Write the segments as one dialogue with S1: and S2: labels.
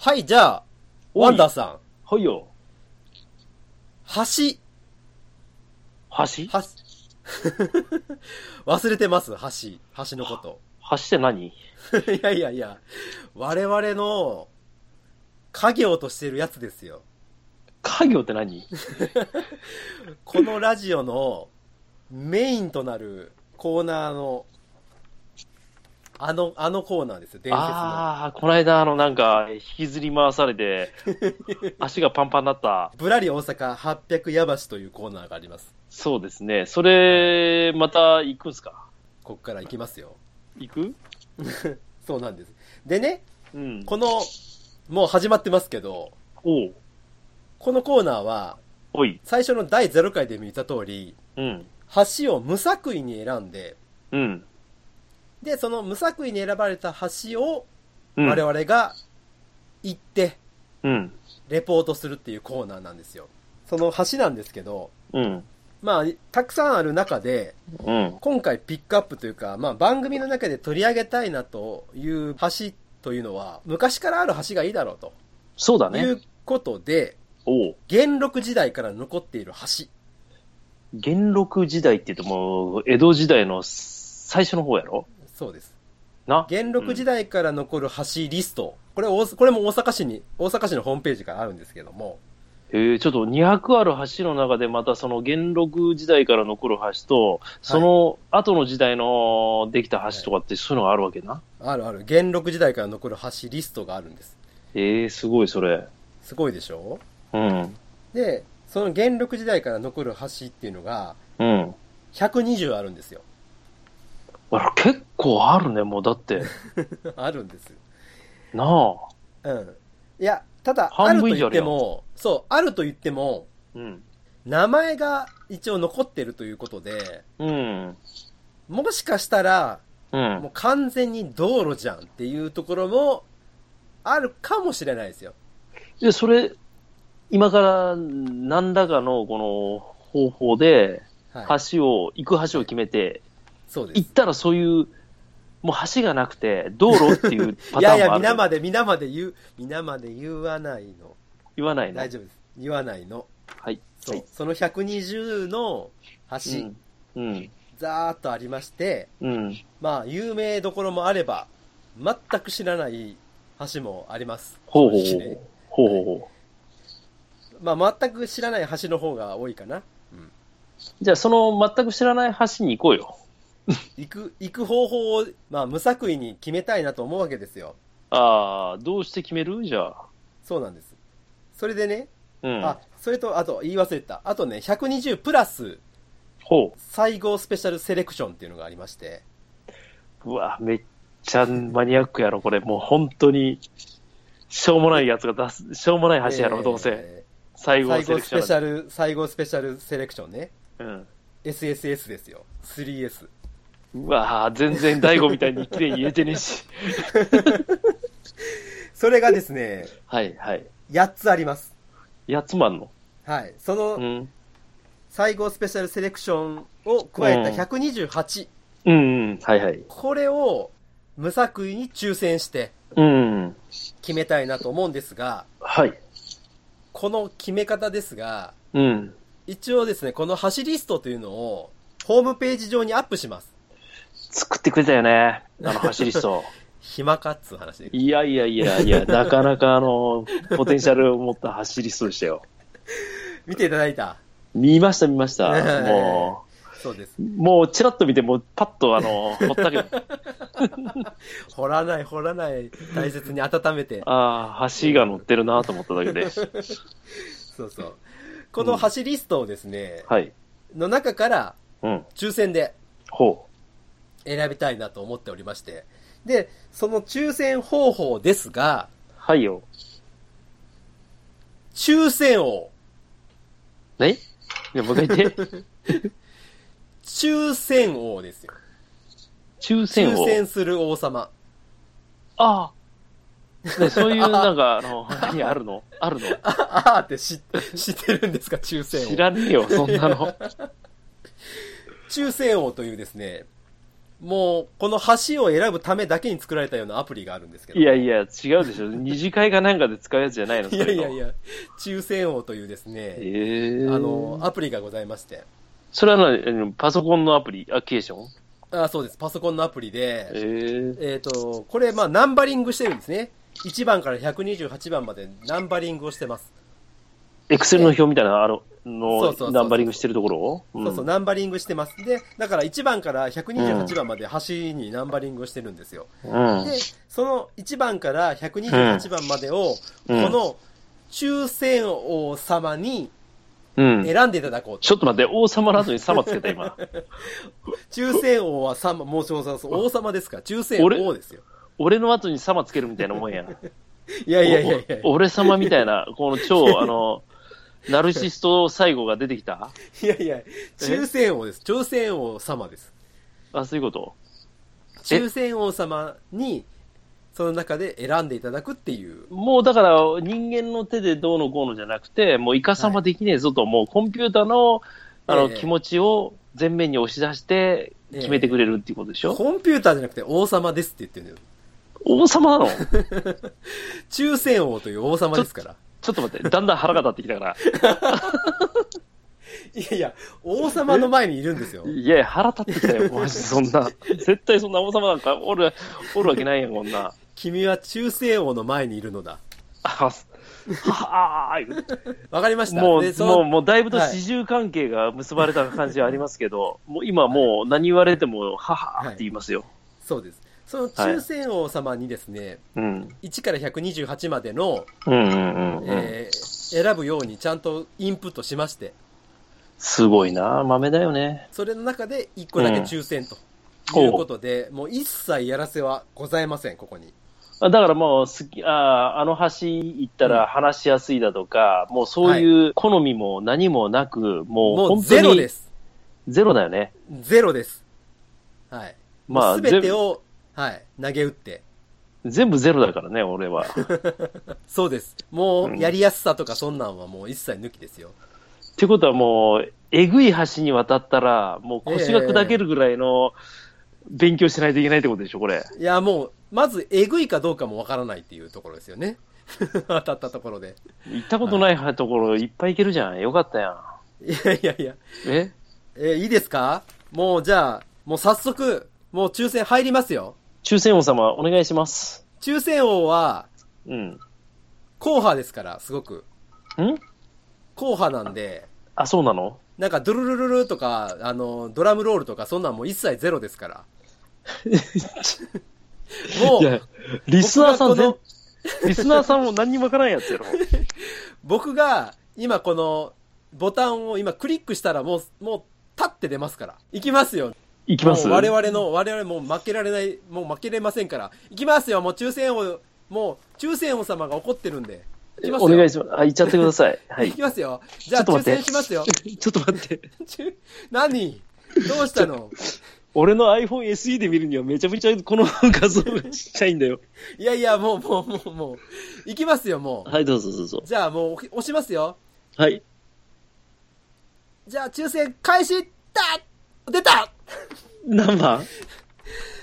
S1: はい、じゃあ、
S2: おい
S1: ワンダーさん。
S2: はいよ。
S1: 橋、
S2: 橋
S1: 橋。 忘れてます、橋。橋のこ
S2: 橋って何
S1: と。 いやいやいや、我々の、家業としてるやつですよ。
S2: 家業って何
S1: このラジオのメインとなるコーナーの、あの、あのコーナーですよ、伝説の。
S2: ああ、この間、あの、なんか、引きずり回されて、足がパンパンになった。
S1: ぶらり大阪800矢橋というコーナーがあります。
S2: そうですね。それ、また行くんすか
S1: こっから行きますよ。
S2: 行く
S1: そうなんです。でね、
S2: うん。
S1: この、もう始まってますけど、
S2: おう。
S1: このコーナーは、
S2: おい。
S1: 最初の第0回で見た通り、
S2: うん。
S1: 橋を無作為に選んで、
S2: うん。
S1: で、その無作為に選ばれた橋を、
S2: うん。
S1: 我々が行って、
S2: うん。
S1: レポートするっていうコーナーなんですよ。その橋なんですけど、
S2: うん。
S1: まあ、たくさんある中で、
S2: うん。
S1: 今回ピックアップというか、まあ、番組の中で取り上げたいなという橋というのは、昔からある橋がいいだろうと
S2: そうだ
S1: い
S2: ね。
S1: うことで、
S2: おう。
S1: 元禄時代から残っている橋。
S2: 元禄時代って言うともう、江戸時代の最初の方やろ
S1: そうです。
S2: な
S1: 元禄時代から残る橋リスト。これ大、これも大阪市に、大阪市のホームページからあるんですけども、
S2: えー、ちょっと200ある橋の中でまたその元禄時代から残る橋と、その後の時代のできた橋とかってそういうのがあるわけな。
S1: あるある、元禄時代から残る橋リストがあるんです。
S2: えー、すごいそれ。
S1: すごいでしょ
S2: うん。
S1: で、その元禄時代から残る橋っていうのが、
S2: うん。
S1: 120あるんですよ。
S2: あら、結構あるね、もうだって。
S1: あるんです。
S2: なあ。
S1: うん。いや、ただ、あ
S2: 半
S1: ると
S2: 分以
S1: 言
S2: 上あ
S1: っ
S2: る
S1: て
S2: よ
S1: も、そう、あると言っても、
S2: うん。
S1: 名前が一応残ってるということで、
S2: うん。
S1: もしかしたら、
S2: う
S1: も
S2: ん。
S1: う完全に道路じゃんっていうところも、あるかもしれないですよ。
S2: で、それ、今から何らかのこの方法で、
S1: はい。
S2: 橋を、行く橋を決めて、
S1: そうで
S2: 行っ
S1: す。
S2: たらそういう、もう橋がなくて、道路っていう
S1: い
S2: パターンもあ
S1: やい
S2: る。
S1: や、皆まで、皆まで言う、皆まで言わないの。
S2: 言わないの。
S1: 大丈夫です。言わないの。
S2: はい。
S1: そう。
S2: はい
S1: その120の橋、
S2: うん。
S1: ざーっとありまして、
S2: うん。
S1: まあ、有名どころもあれば、全く知らない橋もあります。
S2: ほうほう
S1: その橋ね
S2: ほう。ほうほうほ
S1: まあ、全く知らない橋の方が多いかな。
S2: う。じゃあ、その全く知らない橋に行こうよ。
S1: 行く、行く方法を、まあ、無作為に決めたいなと思うわけですよ。
S2: ああ、どうして決めるじゃあ。
S1: そうなんです。それでね、
S2: うん。
S1: あ、それと、あと、言い忘れてた。あとね、120プラス、
S2: ほ
S1: 最後スペシャルセレクションっていうのがありまして、
S2: う。うわ、めっちゃマニアックやろ、これ。もう本当に、しょうもないやつが出す、しょうもない橋やろ、
S1: えー
S2: どうせ。最後の
S1: 最
S2: セレ
S1: 後
S2: ク
S1: ス
S2: ショ
S1: ペ
S2: ンなん
S1: シャル、最後スペシャルセレクションね。
S2: て。うん。
S1: SSS ですよ。3S。
S2: うわー全然大悟みたいに綺麗に言えてねえし。
S1: それがですね、
S2: はい、はい。
S1: 8つあります。
S2: やつまんの。
S1: はい。そうの、
S2: ん。
S1: 最後スペシャルセレクションを加えた128。
S2: うん、うん。はい、はい。
S1: これを、無作為に抽選して
S2: うん。
S1: 決めたいなと思うんですが、
S2: はい。
S1: この決め方ですが、
S2: うん。
S1: 一応ですね、この走リストというのを、ホームページ上にアップします。
S2: 作ってくれたよね。あの、走り そう。
S1: 暇かっつう話で。
S2: いやいやい やいや、なかなかあの、ポテンシャルを持った走りそうでしたよ。
S1: 見ていただいた。
S2: 見ました見まし
S1: え
S2: た。
S1: え
S2: も
S1: そうです。
S2: う、もうチラッと見て、もうパッとあの、ほっ たけ、
S1: 掘らない、掘らない、大切に温めて。
S2: ああ、橋が乗ってるなと思っただけで。
S1: そうそう。この走リストをですね、
S2: はい。
S1: の中から、
S2: うん。
S1: 抽選で
S2: ほ
S1: 選びたいなと思っておりまして。で、その抽選方法ですが、
S2: う。はいよ。
S1: 抽選王、
S2: ねいや、もう一回 言って。
S1: 抽選王ですよ。
S2: 抽選
S1: 抽
S2: を。
S1: 選する王様。
S2: ああ。ね、そういうなんか、あの、何あるの あるの
S1: ああーって 知知ってるんですか、抽選王。
S2: 知らねえよ、そんなの。
S1: 抽選王というですね、もう、この橋を選ぶためだけに作られたようなアプリがあるんですけど。
S2: いやいや、違うでしょ。二次会かなんかで使うやつじゃないの
S1: いやいやい。
S2: そ
S1: や、抽選王というですね、
S2: れええ
S1: あの、アプリがございまして。
S2: それは何あのパソコンのアプリ、アプリケーション
S1: あそうです。パソコンのアプリで、
S2: ええ
S1: えっ、と、これ、まあ、ナンバリングしてるんですね。1番から128番までナンバリングをしてます。
S2: エクセルの表みたいな、あの、
S1: そうそうそ
S2: の
S1: う
S2: ナンバリングしてるところ
S1: そうそう、
S2: ん
S1: ナンバリングしてます。で、だから1番から128番まで橋にナンバリングをしてるんですよ。
S2: うん。
S1: で、その1番から128番までを、
S2: うん
S1: この抽選王様に
S2: うん。
S1: 選んでいただこうと。
S2: ちょっと待って、王様の後に様つけた、 今。
S1: 抽選王は様、もうそうそうそう、王様ですから、抽選王ですよ。
S2: 俺の後に様つけるみたいなもんや。
S1: いやいやいやいや
S2: おお俺様みたいな、この 超、あの、ナルシスト最後が出てきた
S1: いやいや、抽選王です。抽選王様です。
S2: あ、そういうことえ
S1: 抽選王様に、その中で選んでいただくっていう。
S2: もうだから人間の手でどうのこうのじゃなくて、もうイカ様できねえぞと、もうコンピューターのあの、
S1: ええ
S2: 気持ちを前面に押し出して決めてくれるっていうことでしょ、
S1: コンピューターじゃなくて王様ですって言ってるんだよ。
S2: 王様なの
S1: 抽選王という王様ですから。
S2: ちょっと待って、だんだん腹が立ってきたから。
S1: いやいや、王様の前にいるんですよ。
S2: いや、腹立ってきた よ、マジでそんな。絶対そんな王様なんかおる、おるわけないやん、こんな。
S1: 君は抽選王の前にいるのだ。
S2: あ、すはあ、言う
S1: わかりました。
S2: も
S1: で
S2: う、
S1: そ
S2: もう、
S1: の
S2: もう、だいぶと
S1: はい
S2: 始終関係が結ばれた感じはありますけど、もう今もう何言われても、ははーって言いますよ。
S1: そうです。その抽選王様にですね、
S2: うん。
S1: 1から128までの、
S2: うんうんうん、うん
S1: えー選ぶようにちゃんとインプットしまして、
S2: すごいな、豆だよね。
S1: それの中で1個だけ抽選と。いうことで、もう一切やらせはございません、ここに。
S2: あだからもう好き、あーあの橋行った
S1: う
S2: ら話しやすいだとか、もうそういう好みも何もなく、もう
S1: もう
S2: 本当に
S1: ゼロで。す。
S2: ゼロだよね。
S1: ゼロです。はい。
S2: まあ、
S1: すべて
S2: ぜ
S1: を、はい、投げ打って。
S2: 全部ゼロだからね、俺は。
S1: そうです。も
S2: う
S1: う、
S2: ん
S1: やりやすさとかそんなんはもう一切抜きですよ。
S2: ってことはもう、えぐい橋に渡ったら、もう腰が砕けるぐらいの勉強しないといけないってことでしょ、これ。
S1: いや、もう、まず、えぐいかどうかもわからないっていうところですよね。 当たったところで。
S2: 行ったことないところいっぱい行けるじゃん。よかったやん。
S1: いやいやいや。
S2: え
S1: えーいいですかもう、じゃあ、もう早速、もう抽選入りますよ。
S2: 抽選王様、お願いします。
S1: 抽選王は、
S2: うん。ん
S1: 硬派ですから、すごく。硬派なんで、
S2: あ、そうなの
S1: なんか、ドゥルルルルとか、あの、ドラムロールとか、そんなんもう一切ゼロですから。も
S2: いうや、、リスナーさん
S1: 僕は
S2: 全
S1: こ、
S2: リスナーさんも何にもわからんやつやろ。
S1: 僕が、今この、ボタンを今クリックしたらもう、もう、立って出ますから。いきますよ。
S2: いきます
S1: もう我々の、我々もう負けられない、もう負けれませんから。いきますよ、もう抽選王、もう、抽選王様が怒ってるんで。いきますよ。
S2: お願いします。あ、行っちゃってください。はい い。
S1: きますよ。じゃあ、
S2: ちょっ
S1: 抽
S2: と待って
S1: 選しますよ。
S2: ちょっと待って。
S1: 抽 何どうしたの
S2: 俺の iPhone SE で見るにはめちゃめちゃこの 画像がちっちゃいんだよ。
S1: いやいや、もう、もう、もう、もう。いきますよ、も
S2: はい、どうぞどうぞ
S1: う。。じゃあ、もう、押しますよ。
S2: はい。
S1: じゃあ、抽選開始だ出た
S2: 何番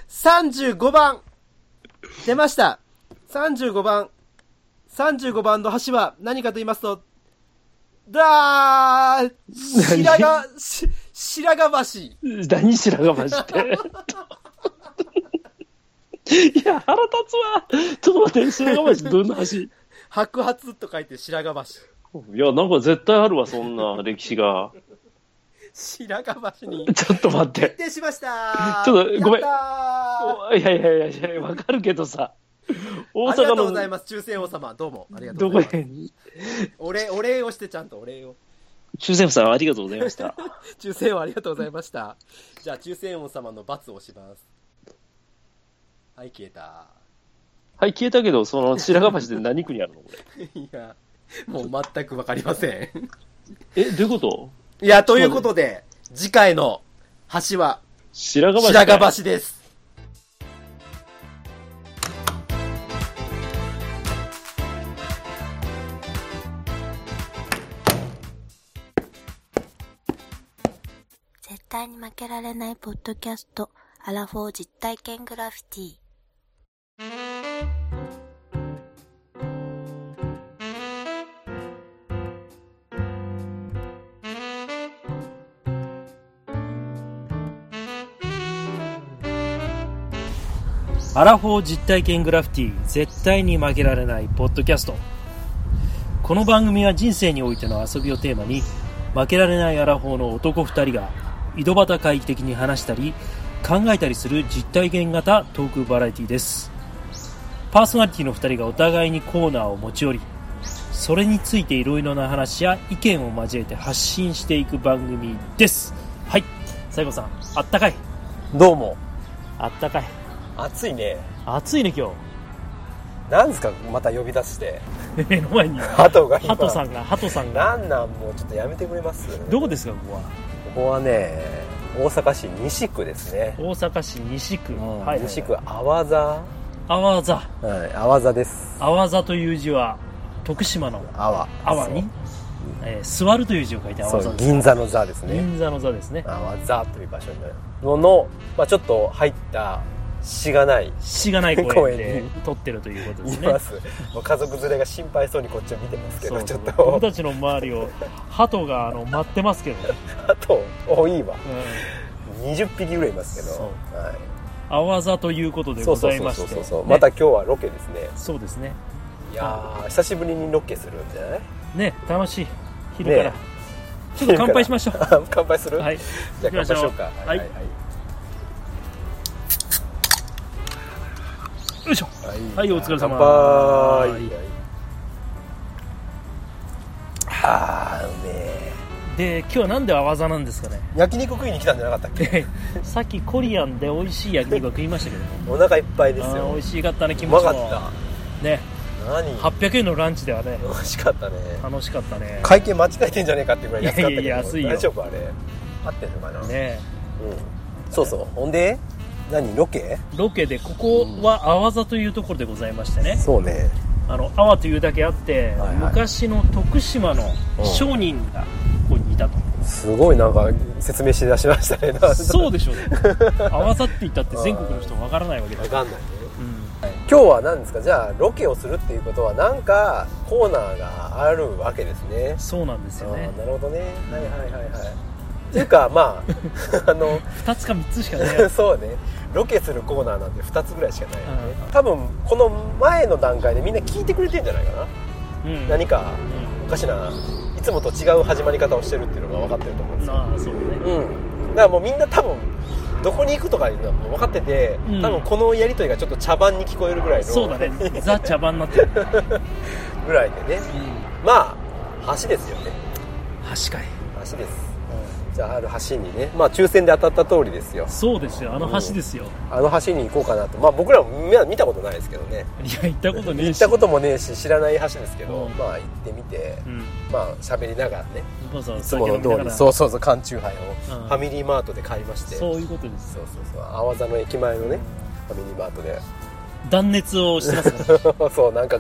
S1: 35番出ました35番35番の橋は何かと言いますとだー白髪し白髪橋
S2: 何白がま して。いや、腹立つわ。ちょっと待って、白がましどんな橋い
S1: 白髪と書いて白髪橋
S2: や、なんか絶対あるわ、そんな歴史が。
S1: 白髪橋に
S2: ちょっと待って
S1: 決。定しました
S2: ちょっとごめ
S1: やっ
S2: ん
S1: たー
S2: おいやいやいやいや、わかるけどさ。大
S1: ありが
S2: 阪
S1: とうござい
S2: の、
S1: ます抽選王様どうもありがとう
S2: ど
S1: ご
S2: こ
S1: ざいます
S2: へ
S1: お礼お礼をしてちゃんとお礼を
S2: 中セフさん、ありがとうございました。
S1: 抽選王ありがとうございましたじゃあ抽選王様の罰を押しますはい消えた
S2: はい、消えたけど、その白髪橋で何区にあるのこれ。
S1: いや、もう全くわかりません。
S2: え、どういうこと
S1: いや、ということで、次回の橋は
S2: 白髪橋か
S1: 白髪橋です。
S3: 絶対に負けられないポッドキャスト、アラフォー実体験グラフィティ。
S4: アラフォー実体験グラフィティ絶対に負けられないポッドキャストこの番組は人生においての遊びをテーマに負けられないアラフォーの男2人が井戸端会議的に話したり考えたりする実体験型トークバラエティですパーソナリティの2人がお互いにコーナーを持ち寄りそれについていろいろな話や意見を交えて発信していく番組ですはい西郷さんあったかい
S1: どうも。
S4: あったかい
S1: 暑いね。
S4: 暑いね今日
S1: なんですか、また呼び出して。
S4: 目の前に
S1: ハトが
S4: ハトさんがハトさん
S1: な
S4: が
S1: んなんもうちょっとやめてくれます
S4: どこですかここは
S1: ここはね、大阪市西区ですね。
S4: 大阪市西区
S1: うん
S4: はい
S1: 西区阿波座。
S4: 阿波座
S1: はい、阿波座です。
S4: 阿波座という字は徳島の
S1: 阿波。
S4: 阿波に、えー座るという字を書いて阿
S1: そ
S4: 波
S1: う。そ
S4: 座
S1: う、
S4: です
S1: 銀座の座ですね。
S4: 銀座の座で すね
S1: 阿波座という場所になるのの、まあちょっと入った詩がない。
S4: 詩がない公
S1: 公
S4: 園で
S1: 園に
S4: 撮ってるということで
S1: い
S4: すね
S1: ます。もう家族連れが心配そうにこっちを見てますけ
S4: そ
S1: ど、
S4: う
S1: ち
S4: そ
S1: ょ
S4: う
S1: っ
S4: 僕
S1: と、
S4: たちの周りを鳩があの待ってますけどね、
S1: あと、多いわ。
S4: う
S1: 20匹ぐらいいますけど。
S4: そ
S1: はい。
S4: ん、阿波座ということで
S1: そ
S4: ご
S1: うそ
S4: ざ
S1: う
S4: い
S1: そう
S4: ま
S1: そう
S4: して
S1: そう
S4: ね
S1: また今日はロケですね
S4: そうですね
S1: いやー久しぶりにロケするんじゃない
S4: ね楽しい昼から、
S1: ね
S4: ちょっと乾杯しましょう
S1: 乾杯する、
S4: はい
S1: じゃあ乾杯しようか
S4: 行きましょうはいよいしょ
S1: はいはい
S4: はいお疲れ様
S1: 乾杯あーうめえ
S4: で今日はなんで阿波座なんですかね
S1: 焼肉食いに来たんじゃなかったっ け
S4: でさっきコリアンで美味しい焼き肉が食いましたけどね
S1: お腹いっぱいです
S4: あー
S1: よ
S4: 美味しかったね気
S1: う
S4: 持
S1: ま
S4: ち
S1: か
S4: も
S1: った
S4: ね
S1: 何
S4: 800円のランチではね
S1: 美味しかったね
S4: 楽しかったね
S1: 会計間違えてんじゃねえかってぐらい安かったけど
S4: いやいや安いよ
S1: 大丈夫あれ合ってんのかな、
S4: ね
S1: うん、そうそうほんで何ロケ
S4: ロケでここは阿波座というところでございましてね
S1: そうね
S4: あの阿波というだけあって、
S1: はいはい
S4: 昔の徳島の商人がここにいたと、
S1: すごいなんか説明しだしましたね
S4: そうでし ょうね阿波座って言ったって全国の人わからないわけだ
S1: わ
S4: よ、
S1: かんないね
S4: うん
S1: 今日は何ですかじゃあロケをするっていうことはなんかコーナーがあるわけですね
S4: そうなんですよね
S1: あーなるほどねはいはいはいはいっていうかまああ の
S4: 2つか3つしかね
S1: そうねロケするコーナーなんて2つぐらいしかないよね
S4: う
S1: 多分この前の段階でみんな聞いてくれてんじゃないかな
S4: う ん
S1: 何か
S4: う
S1: おかしないつもと違う始まり方をしてるっていうのが分かってると思うんです
S4: ん
S1: よ
S4: ああそうね
S1: うん、だからもうみんな多分どこに行くとかいうのはもう分かってて、
S4: うん
S1: 多分このやりとりがちょっと茶番に聞こえるぐらいの
S4: そうだねザ茶番になってる、
S1: ぐらいでねまあ橋ですよね
S4: 確かに、
S1: 橋ですじゃあある橋にねまあ抽選で当たった通りですよ
S4: そうですよあの橋ですよ、
S1: あの橋に行こうかなとまあ僕らもまだ見たことないですけどね
S4: いや行ったことねえ
S1: 行っ
S4: した
S1: こともねえし知らない橋ですけど、
S4: うん
S1: まあ行ってみて
S4: うん
S1: まあ喋りながらね
S4: お母さん
S1: いつ
S4: 酒
S1: も
S4: 飲
S1: の
S4: み
S1: 通
S4: なが
S1: り
S4: ら
S1: そうそうそう缶チューハイを、
S4: うん
S1: ファミリーマートで買いまして
S4: そういうことです
S1: そうそうそう阿波座の駅前のねファミリーマートで
S4: 断熱をしてますから
S1: そうなんか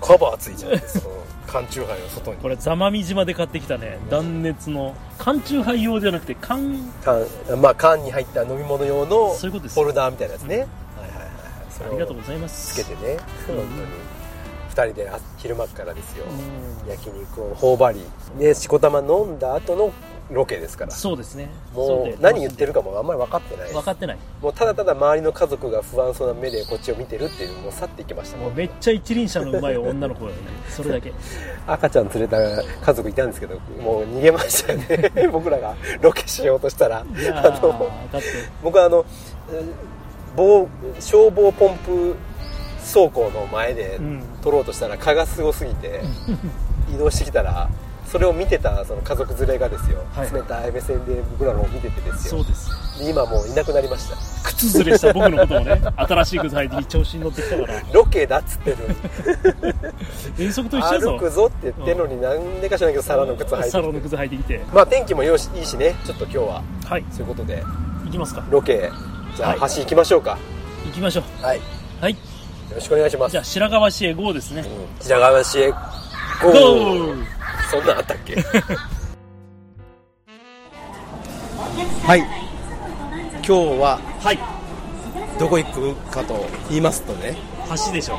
S1: カバーついちゃってその缶チューハイの外に
S4: これ座間味島で買ってきたね断熱の缶中杯用じゃなくて缶
S1: 缶まあ缶に入った飲み物用の
S4: そういうことです
S1: ホルダーみたいなやつねはいはいはいはいそ
S4: あり
S1: れ
S4: がとう
S1: を
S4: ございま
S1: つ
S4: す
S1: けてね
S4: うん
S1: 本当に2人であ昼間っからですよ
S4: うん
S1: 焼肉を頬張りねしこたま飲んだ後のロケですから
S4: そうですねそう
S1: も
S4: で
S1: う何言ってるかもあんまり分かってないです
S4: 分かってない
S1: もうただただ周りの家族が不安そうな目でこっちを見てるっていうもう去っていきました
S4: も
S1: も
S4: うんめっちゃ一輪車のうまい女の子がいるそれ だけ
S1: 赤ちゃん連れた家族いたんですけどもう逃げましたよ ね僕らがロケしようとしたら
S4: いや
S1: あの
S4: ーだって
S1: 僕はあのえー防消防ポンプ走行の前で
S4: うん
S1: 撮ろうとしたら蚊がすごすぎて移動してきたらそれを見てたその家族連れがですよ、
S4: はい
S1: 冷たい目線で僕らのを見ててです
S4: そ
S1: よ
S4: うです
S1: で今もういなくなりました
S4: 靴ずれした僕のこともね新しい靴履いて調子に乗ってきたから
S1: ロケだっつってるの に
S4: 遠足と一緒やぞ
S1: 歩くぞって言ってんのになんでか知らないけど皿の靴履いて
S4: サロン
S1: る
S4: の靴履いてきて
S1: まあ天気もよしいいしねちょっと今日は
S4: はい
S1: そういうことで
S4: 行きますか
S1: ロケじゃあ
S4: は
S1: 橋
S4: い
S1: 行きましょうか
S4: 行きましょう
S1: はい、
S4: はい
S1: よろしくお願いします
S4: じゃあ白川市へ GO ですね
S1: うん白川市へ
S4: GO!
S1: そんなんあったっ けはい今日は
S4: はい
S1: どこ行くかと言いますとね、
S4: 橋でしょ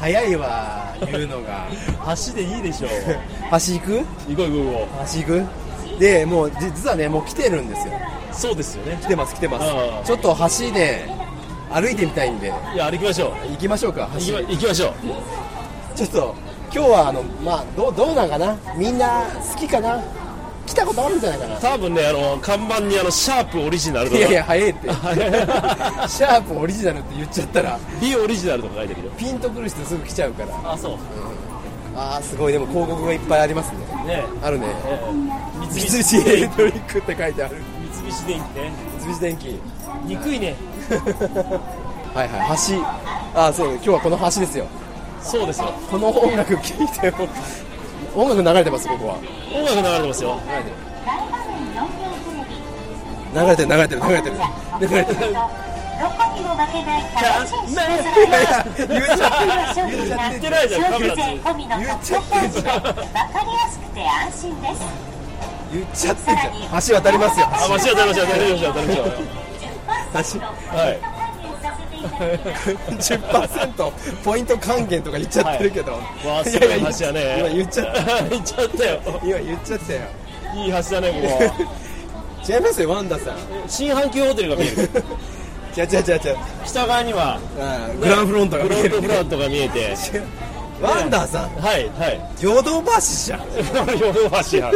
S1: 早いわ、言うのが。
S4: 橋でいいでしょ
S1: 橋行く
S4: 行こう行こう行こ
S1: 橋行くで、もう、じ実はね、もう来てるんですよ。
S4: うそうですよね
S1: 来てます、来てま
S4: ああ
S1: す。ちょっと橋ね、歩いてみたいんで、
S4: いや歩きましょう
S1: 行きましょうか、
S4: 行き
S1: 橋。
S4: ま行きましょう
S1: ちょっと、今日はあの、まあ、どう、どうなんかなみんな好きかな来たことあるんじゃないかな
S4: 多分ねあの看板にあのシャープオリジナルと
S1: い
S4: か
S1: やいや、早いって。
S4: 早い
S1: シャープオリジナルって言っちゃったら、
S4: B オリジナルとか書いてるよ
S1: ピンとくる人すぐ来ちゃうから。
S4: あそう
S1: ああ、すごい、でも広告がいっぱいありますね。
S4: ね
S1: あるね。
S4: えー
S1: 三
S4: 三菱
S1: 菱エレクトリックって書いてある。
S4: 三菱電機ね
S1: 三菱電機。
S4: 憎いね
S1: はいはい、橋。ああ、そう、今日はこの橋ですよ。
S4: そうですよ
S1: この音楽聴いても、音楽流れてます、ここは。
S4: 音楽流れてますよ
S1: 流れてる、流れてる、流れてる、流れてる。
S5: にも負けない正しい品揃
S1: いやいや、言
S5: え
S1: っちゃってる。
S5: を商品は
S4: 言ってないじゃん
S5: 消
S4: カメラ
S5: 費税込みの
S1: 言っ
S5: 特
S1: ちゃって
S5: 価
S1: る
S5: 表示で分かりやすくて安心です
S1: 言っちゃってるじゃん。橋渡りますよ、
S4: あ間違えた間違えた間違えた間違え
S1: 橋。橋。
S4: たはい
S1: 10%ポイント還元とか言っちゃってるけど、
S4: わあす
S1: い
S4: ごい
S1: やいや
S4: 橋だね
S1: 今言っちゃった
S4: 言っちゃったよ
S1: 今言っちゃったよ
S4: いい橋だねこ
S1: 違いますよワンダさん
S4: こ新阪急ホテルが見える
S1: 違う違う違う違う
S4: 北側には
S1: あーグランフロントが
S4: フ
S1: 見
S4: ロ
S1: え
S4: ント
S1: る
S4: フロントが見えて
S1: ワンダさん
S4: はい はい
S1: ヨドバシじゃん
S4: ヨドバシや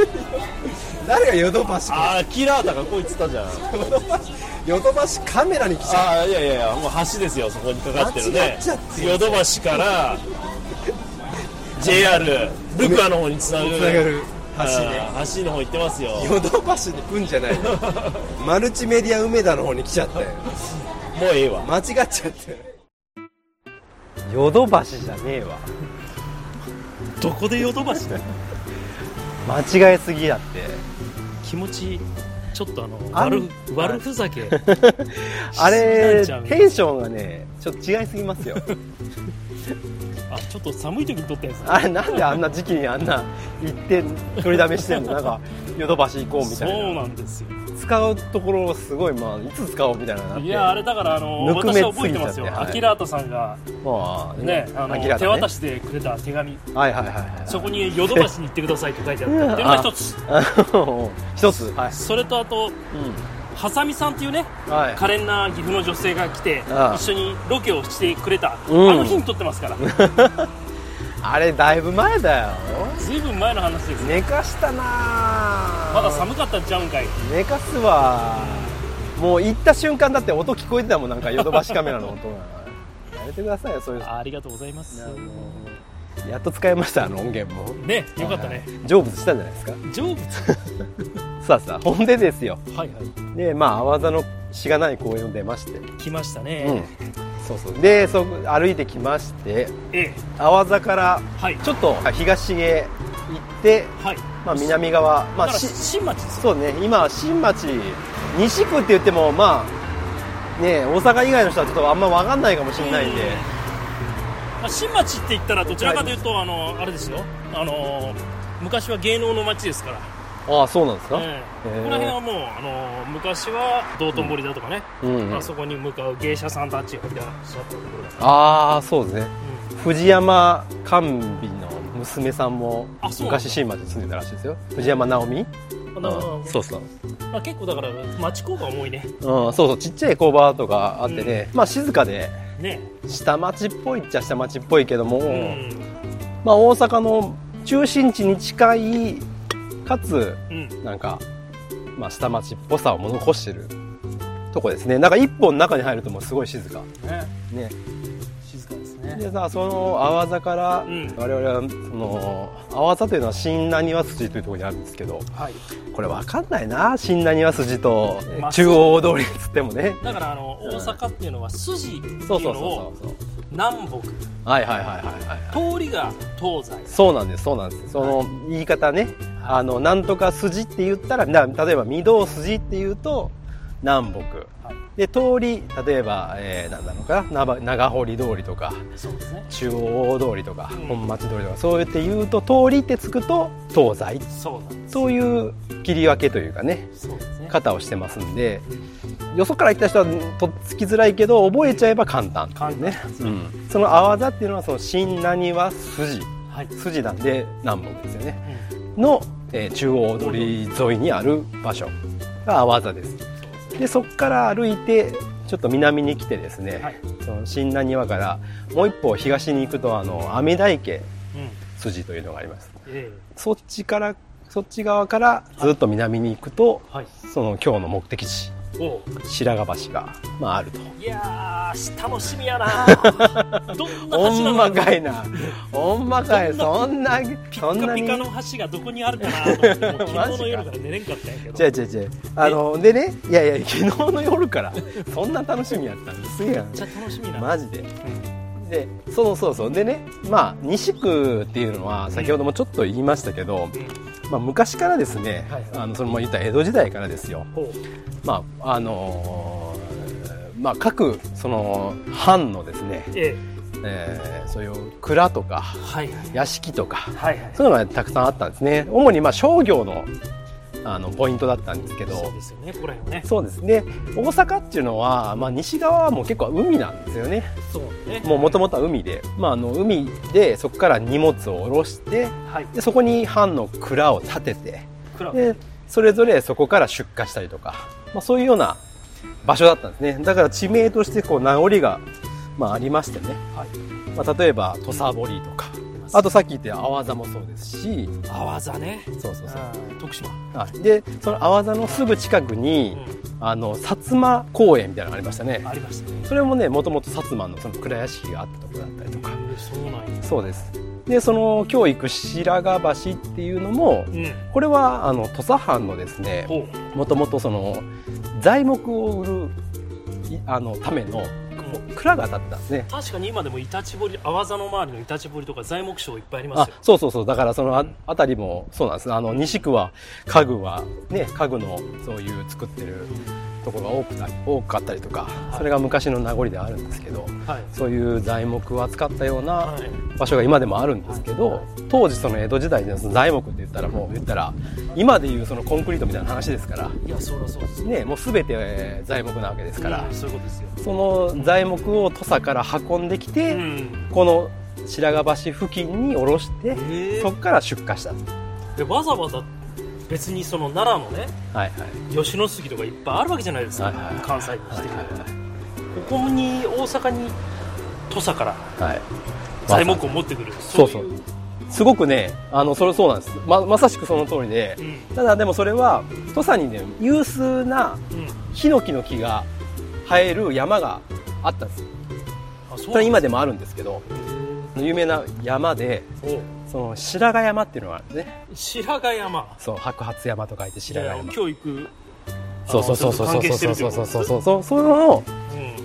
S1: 誰がヨドバシか
S4: あーキラータがこいつったじゃん
S1: ヨドバシヨドバシカメラに来ちゃ
S4: ああいやいやいやもう橋ですよそこにかかってる
S1: 間違
S4: ね
S1: っちゃってる
S4: ヨドバシから JR ルカの方につなぐ
S1: うつながる
S4: あ
S1: 橋ね
S4: ー橋の方行ってますよ
S1: ヨドバシに来んじゃないのマルチメディア梅田の方に来ちゃったよ
S4: もうええわ
S1: 間違っちゃってヨドバシじゃねえわ
S4: どこでヨドバシだよ
S1: 間違えすぎだって
S4: 気持ちちょっとあの
S1: あん
S4: 悪悪ふざ け
S1: あれ
S4: しすぎなんちゃう
S1: テンションがねちょっと違いすぎますよ
S4: あちょっと寒い時に撮ったやつだ
S1: あれなんであんな時期にあんな行って取りだめしてんのなんかヨドバシ行こうみた
S4: そう
S1: いな
S4: なんですよ
S1: 使うところをすごいまあいつ使おうみたいななって
S4: いやあれだからあの
S1: ぬくめ
S4: 私は覚えてますよ、
S1: ついちゃってはい
S4: アキラータさんが
S1: まあ
S4: ねあの
S1: 明らか
S4: 手渡してくれた手紙
S1: はいはいはいはい
S4: そこにヨドバシに行ってくださいと書いてあったっていうのが一つ
S1: あの 一つはい、
S4: それとあとハサミさんっていうね
S1: うん、はい
S4: 可憐な岐阜の女性が来て
S1: ああ
S4: 一緒にロケをしてくれた、
S1: うん
S4: あの日に撮ってます から
S1: あれだいぶ前だよ
S4: ずいぶん前の話ですね
S1: 寝かしたなあ
S4: まだ寒かったんちゃうんかい
S1: 寝かすわもう行った瞬間だって音聞こえてたもんなんかヨドバシカメラの音がやめてくださいよそういう
S4: あありがとうございます
S1: やっと使いましたあの音源も
S4: ねよかったね
S1: 成仏したんじゃないですか
S4: 成仏
S1: さあさあほんでですよ
S4: はいはい
S1: でまあ阿波座のしがない公園を出まして、
S4: 来ました
S1: う
S4: ね
S1: ん、そうそうでそこ歩いてきまして
S4: ええ
S1: 阿波座から
S4: はい
S1: ちょっと東へ行って、
S4: はい
S1: まあ、南側ま
S4: だ
S1: あ
S4: から
S1: し
S4: 新町です
S1: そうね今新町西区って言ってもまあね大阪以外の人はちょっとあんま分かんないかもしれないんで、
S4: まあ新町って言ったらどちらかというと、あのあれですよあの昔は芸能の町ですから、
S1: ああそうなんですか、
S4: ええ
S1: へえ
S4: この辺はもうあの昔は道頓堀だとかね、
S1: うんうん
S4: あそこに向かう芸者さんたちがいらっしゃったところだから、
S1: ああそうですね
S4: うん
S1: 藤山甘美の娘さんも
S4: あそうなんだ
S1: 昔新町に住んでたらしいですよ藤山直美
S4: まあだから
S1: うんそうそう
S4: まあ、結構だから町工場多いね
S1: うん、そうそうちっちゃい工場とかあってね、まあ静かで
S4: ね
S1: 下町っぽいっちゃ下町っぽいけども、
S4: うん
S1: まあ大阪の中心地に近いかつ
S4: うん
S1: なんか、まあ、下町っぽさを残してるとこですねなんか一本中に入るともうすごい静か
S4: ね
S1: ね
S4: 静かですね
S1: でさその阿波座から、
S4: ん
S1: 我々はその阿波座というのは新浪速筋というところにあるんですけど
S4: はい
S1: これ分かんないな新浪速筋と
S4: まあ
S1: 中央大通りっつってもね
S4: だからあの大阪っていうのは筋っていうの
S1: そうそう
S4: を
S1: そうそうそう
S4: 南北
S1: はいはいはいはいはい
S4: 通りが東西
S1: そうなんですそうなんですその言い方ねあのなんとか筋って言ったらな例えば御堂筋って言うと南北
S4: はい
S1: で通り例えば、えー、なんだろうかな長長堀通りとか
S4: そうですね
S1: 中央通りとか
S4: うん
S1: 本町通りとかそうやって言うと通りってつくと東西
S4: そうなんです
S1: そういう切り分けというかね
S4: そうですね
S1: 型をしてますんでよそから来た人はとっつきづらいけど覚えちゃえば簡単
S4: 簡単
S1: ね、うん、その泡技っていうのはその新何は筋
S4: はい。
S1: 筋なんで南北ですよね、の、えー中央通り沿いにある場所が阿波座ですでそこから歩いてちょっと南に来てですね、
S4: はい
S1: その新浪庭からもう一歩東に行くとあの阿弥陀池
S4: うん。
S1: 筋というのがあります
S4: え
S1: そっちからそっち側からずっと南に行くと、
S4: えはい。
S1: その今日の目的地
S4: おう
S1: 白髪橋が、まあ、あると
S4: いやー、楽しみやな ーどんな
S1: ほ
S4: 橋なんの
S1: ま
S4: か
S1: かいなほんまかいそ
S4: そ
S1: んな
S4: ピ
S1: そん
S4: ッカ
S1: な
S4: ピ
S1: に
S4: カの橋がどこにあるかなと思ってもう昨日
S1: マ
S4: の
S1: ジか
S4: 夜から寝れんかったんや け
S1: 違う
S4: ど
S1: 違う違うあのでねいやいや昨日の夜からそんな楽しみやったんですげえな
S4: めっちゃ楽しみな、
S1: マジででそうそうそうでねまあ西区っていうのは先ほどもちょっと言いましたけど、まあ、昔からですね、
S4: はいはい
S1: あのそれも言ったら江戸時代からですよ
S4: ほう
S1: まああのーまあ、各その藩のですね、え
S4: え
S1: ーそういう蔵とか
S4: えはいはい
S1: 屋敷とか
S4: はいはい
S1: そういうのがたくさんあったんですね主にまあ商業のあのポイントだったんですけ
S4: そ
S1: ど
S4: うですよねここら辺はね
S1: そうですね大阪っていうのは、まあ、西側はもう結構海なんですよね
S4: そうね
S1: もともとは海で、まあ、あの海でそこから荷物を下ろして
S4: はい
S1: でそこに藩の蔵を建てて
S4: クラブ
S1: でそれぞれそこから出荷したりとか、まあ、そういうような場所だったんですねだから地名としてこう名残が、まあ、ありましてね、
S4: はい
S1: まあ、例えば土佐堀とかあとさっき言った阿波座もそうですし
S4: あわざね
S1: そうそうそう
S4: うん徳島
S1: はいでその阿波座のすぐ近くに、あの薩摩公園みたいなのがありましたね
S4: ありましたね
S1: それもねもともと薩摩のその蔵屋敷があったところだったりとか
S4: ええそうなんや
S1: そうですでその今日行く白髪橋っていうのも
S4: うん
S1: これはあの土佐藩のですね
S4: ほう
S1: もともとその材木を売るいあのための蔵が建ってたんですね
S4: 確かに今でもイタチ掘りあわざの周りのイタチ掘りとか材木商いっぱいありま
S1: あ
S4: すよ
S1: そうそうそうだからそのあ辺りもそうなんですあの西区は家具はね家具のそういう作ってるところが多くた多かったりとかそれが昔の名残であるんですけど
S4: はい
S1: そういう材木を扱ったような
S4: はい
S1: 場所が今でもあるんですけ
S4: は
S1: ど当時その江戸時代でその材木って言ったらもう言ったら今でいうそのコンクリートみたいな話ですから
S4: いやそりゃそうです
S1: ねもう全て材木なわけですから
S4: うんそういうことですよ
S1: その材木を土佐から運んでき
S4: う
S1: て
S4: ん
S1: この白髪橋付近に下ろして
S4: ええ
S1: そこから出荷した
S4: でわざわざ別にその奈良のね
S1: はいはい
S4: 吉野杉とかいっぱいあるわけじゃないですか、
S1: はいはいはい
S4: 関西にして
S1: はい
S4: みれば、
S1: は
S4: ここに大阪に土佐から
S1: いはい
S4: 材木を持ってくる
S1: そう
S4: い
S1: そうすごくねあのそれそうなんですままさしくその通りで
S4: うん
S1: ただでもそれは土佐にね有数な
S4: うん
S1: ヒノキの木が生える山があったんです
S4: あ
S1: そ
S4: そ
S1: れは今
S4: で
S1: でもあるんですけど有名な山でその白髪山っていうのがあるんですね
S4: 白髪山
S1: そう白髪山と書いて白髪
S4: い
S1: 山
S4: や今日行く
S1: そうそうそうそうそうそうそうそうそうそうそうその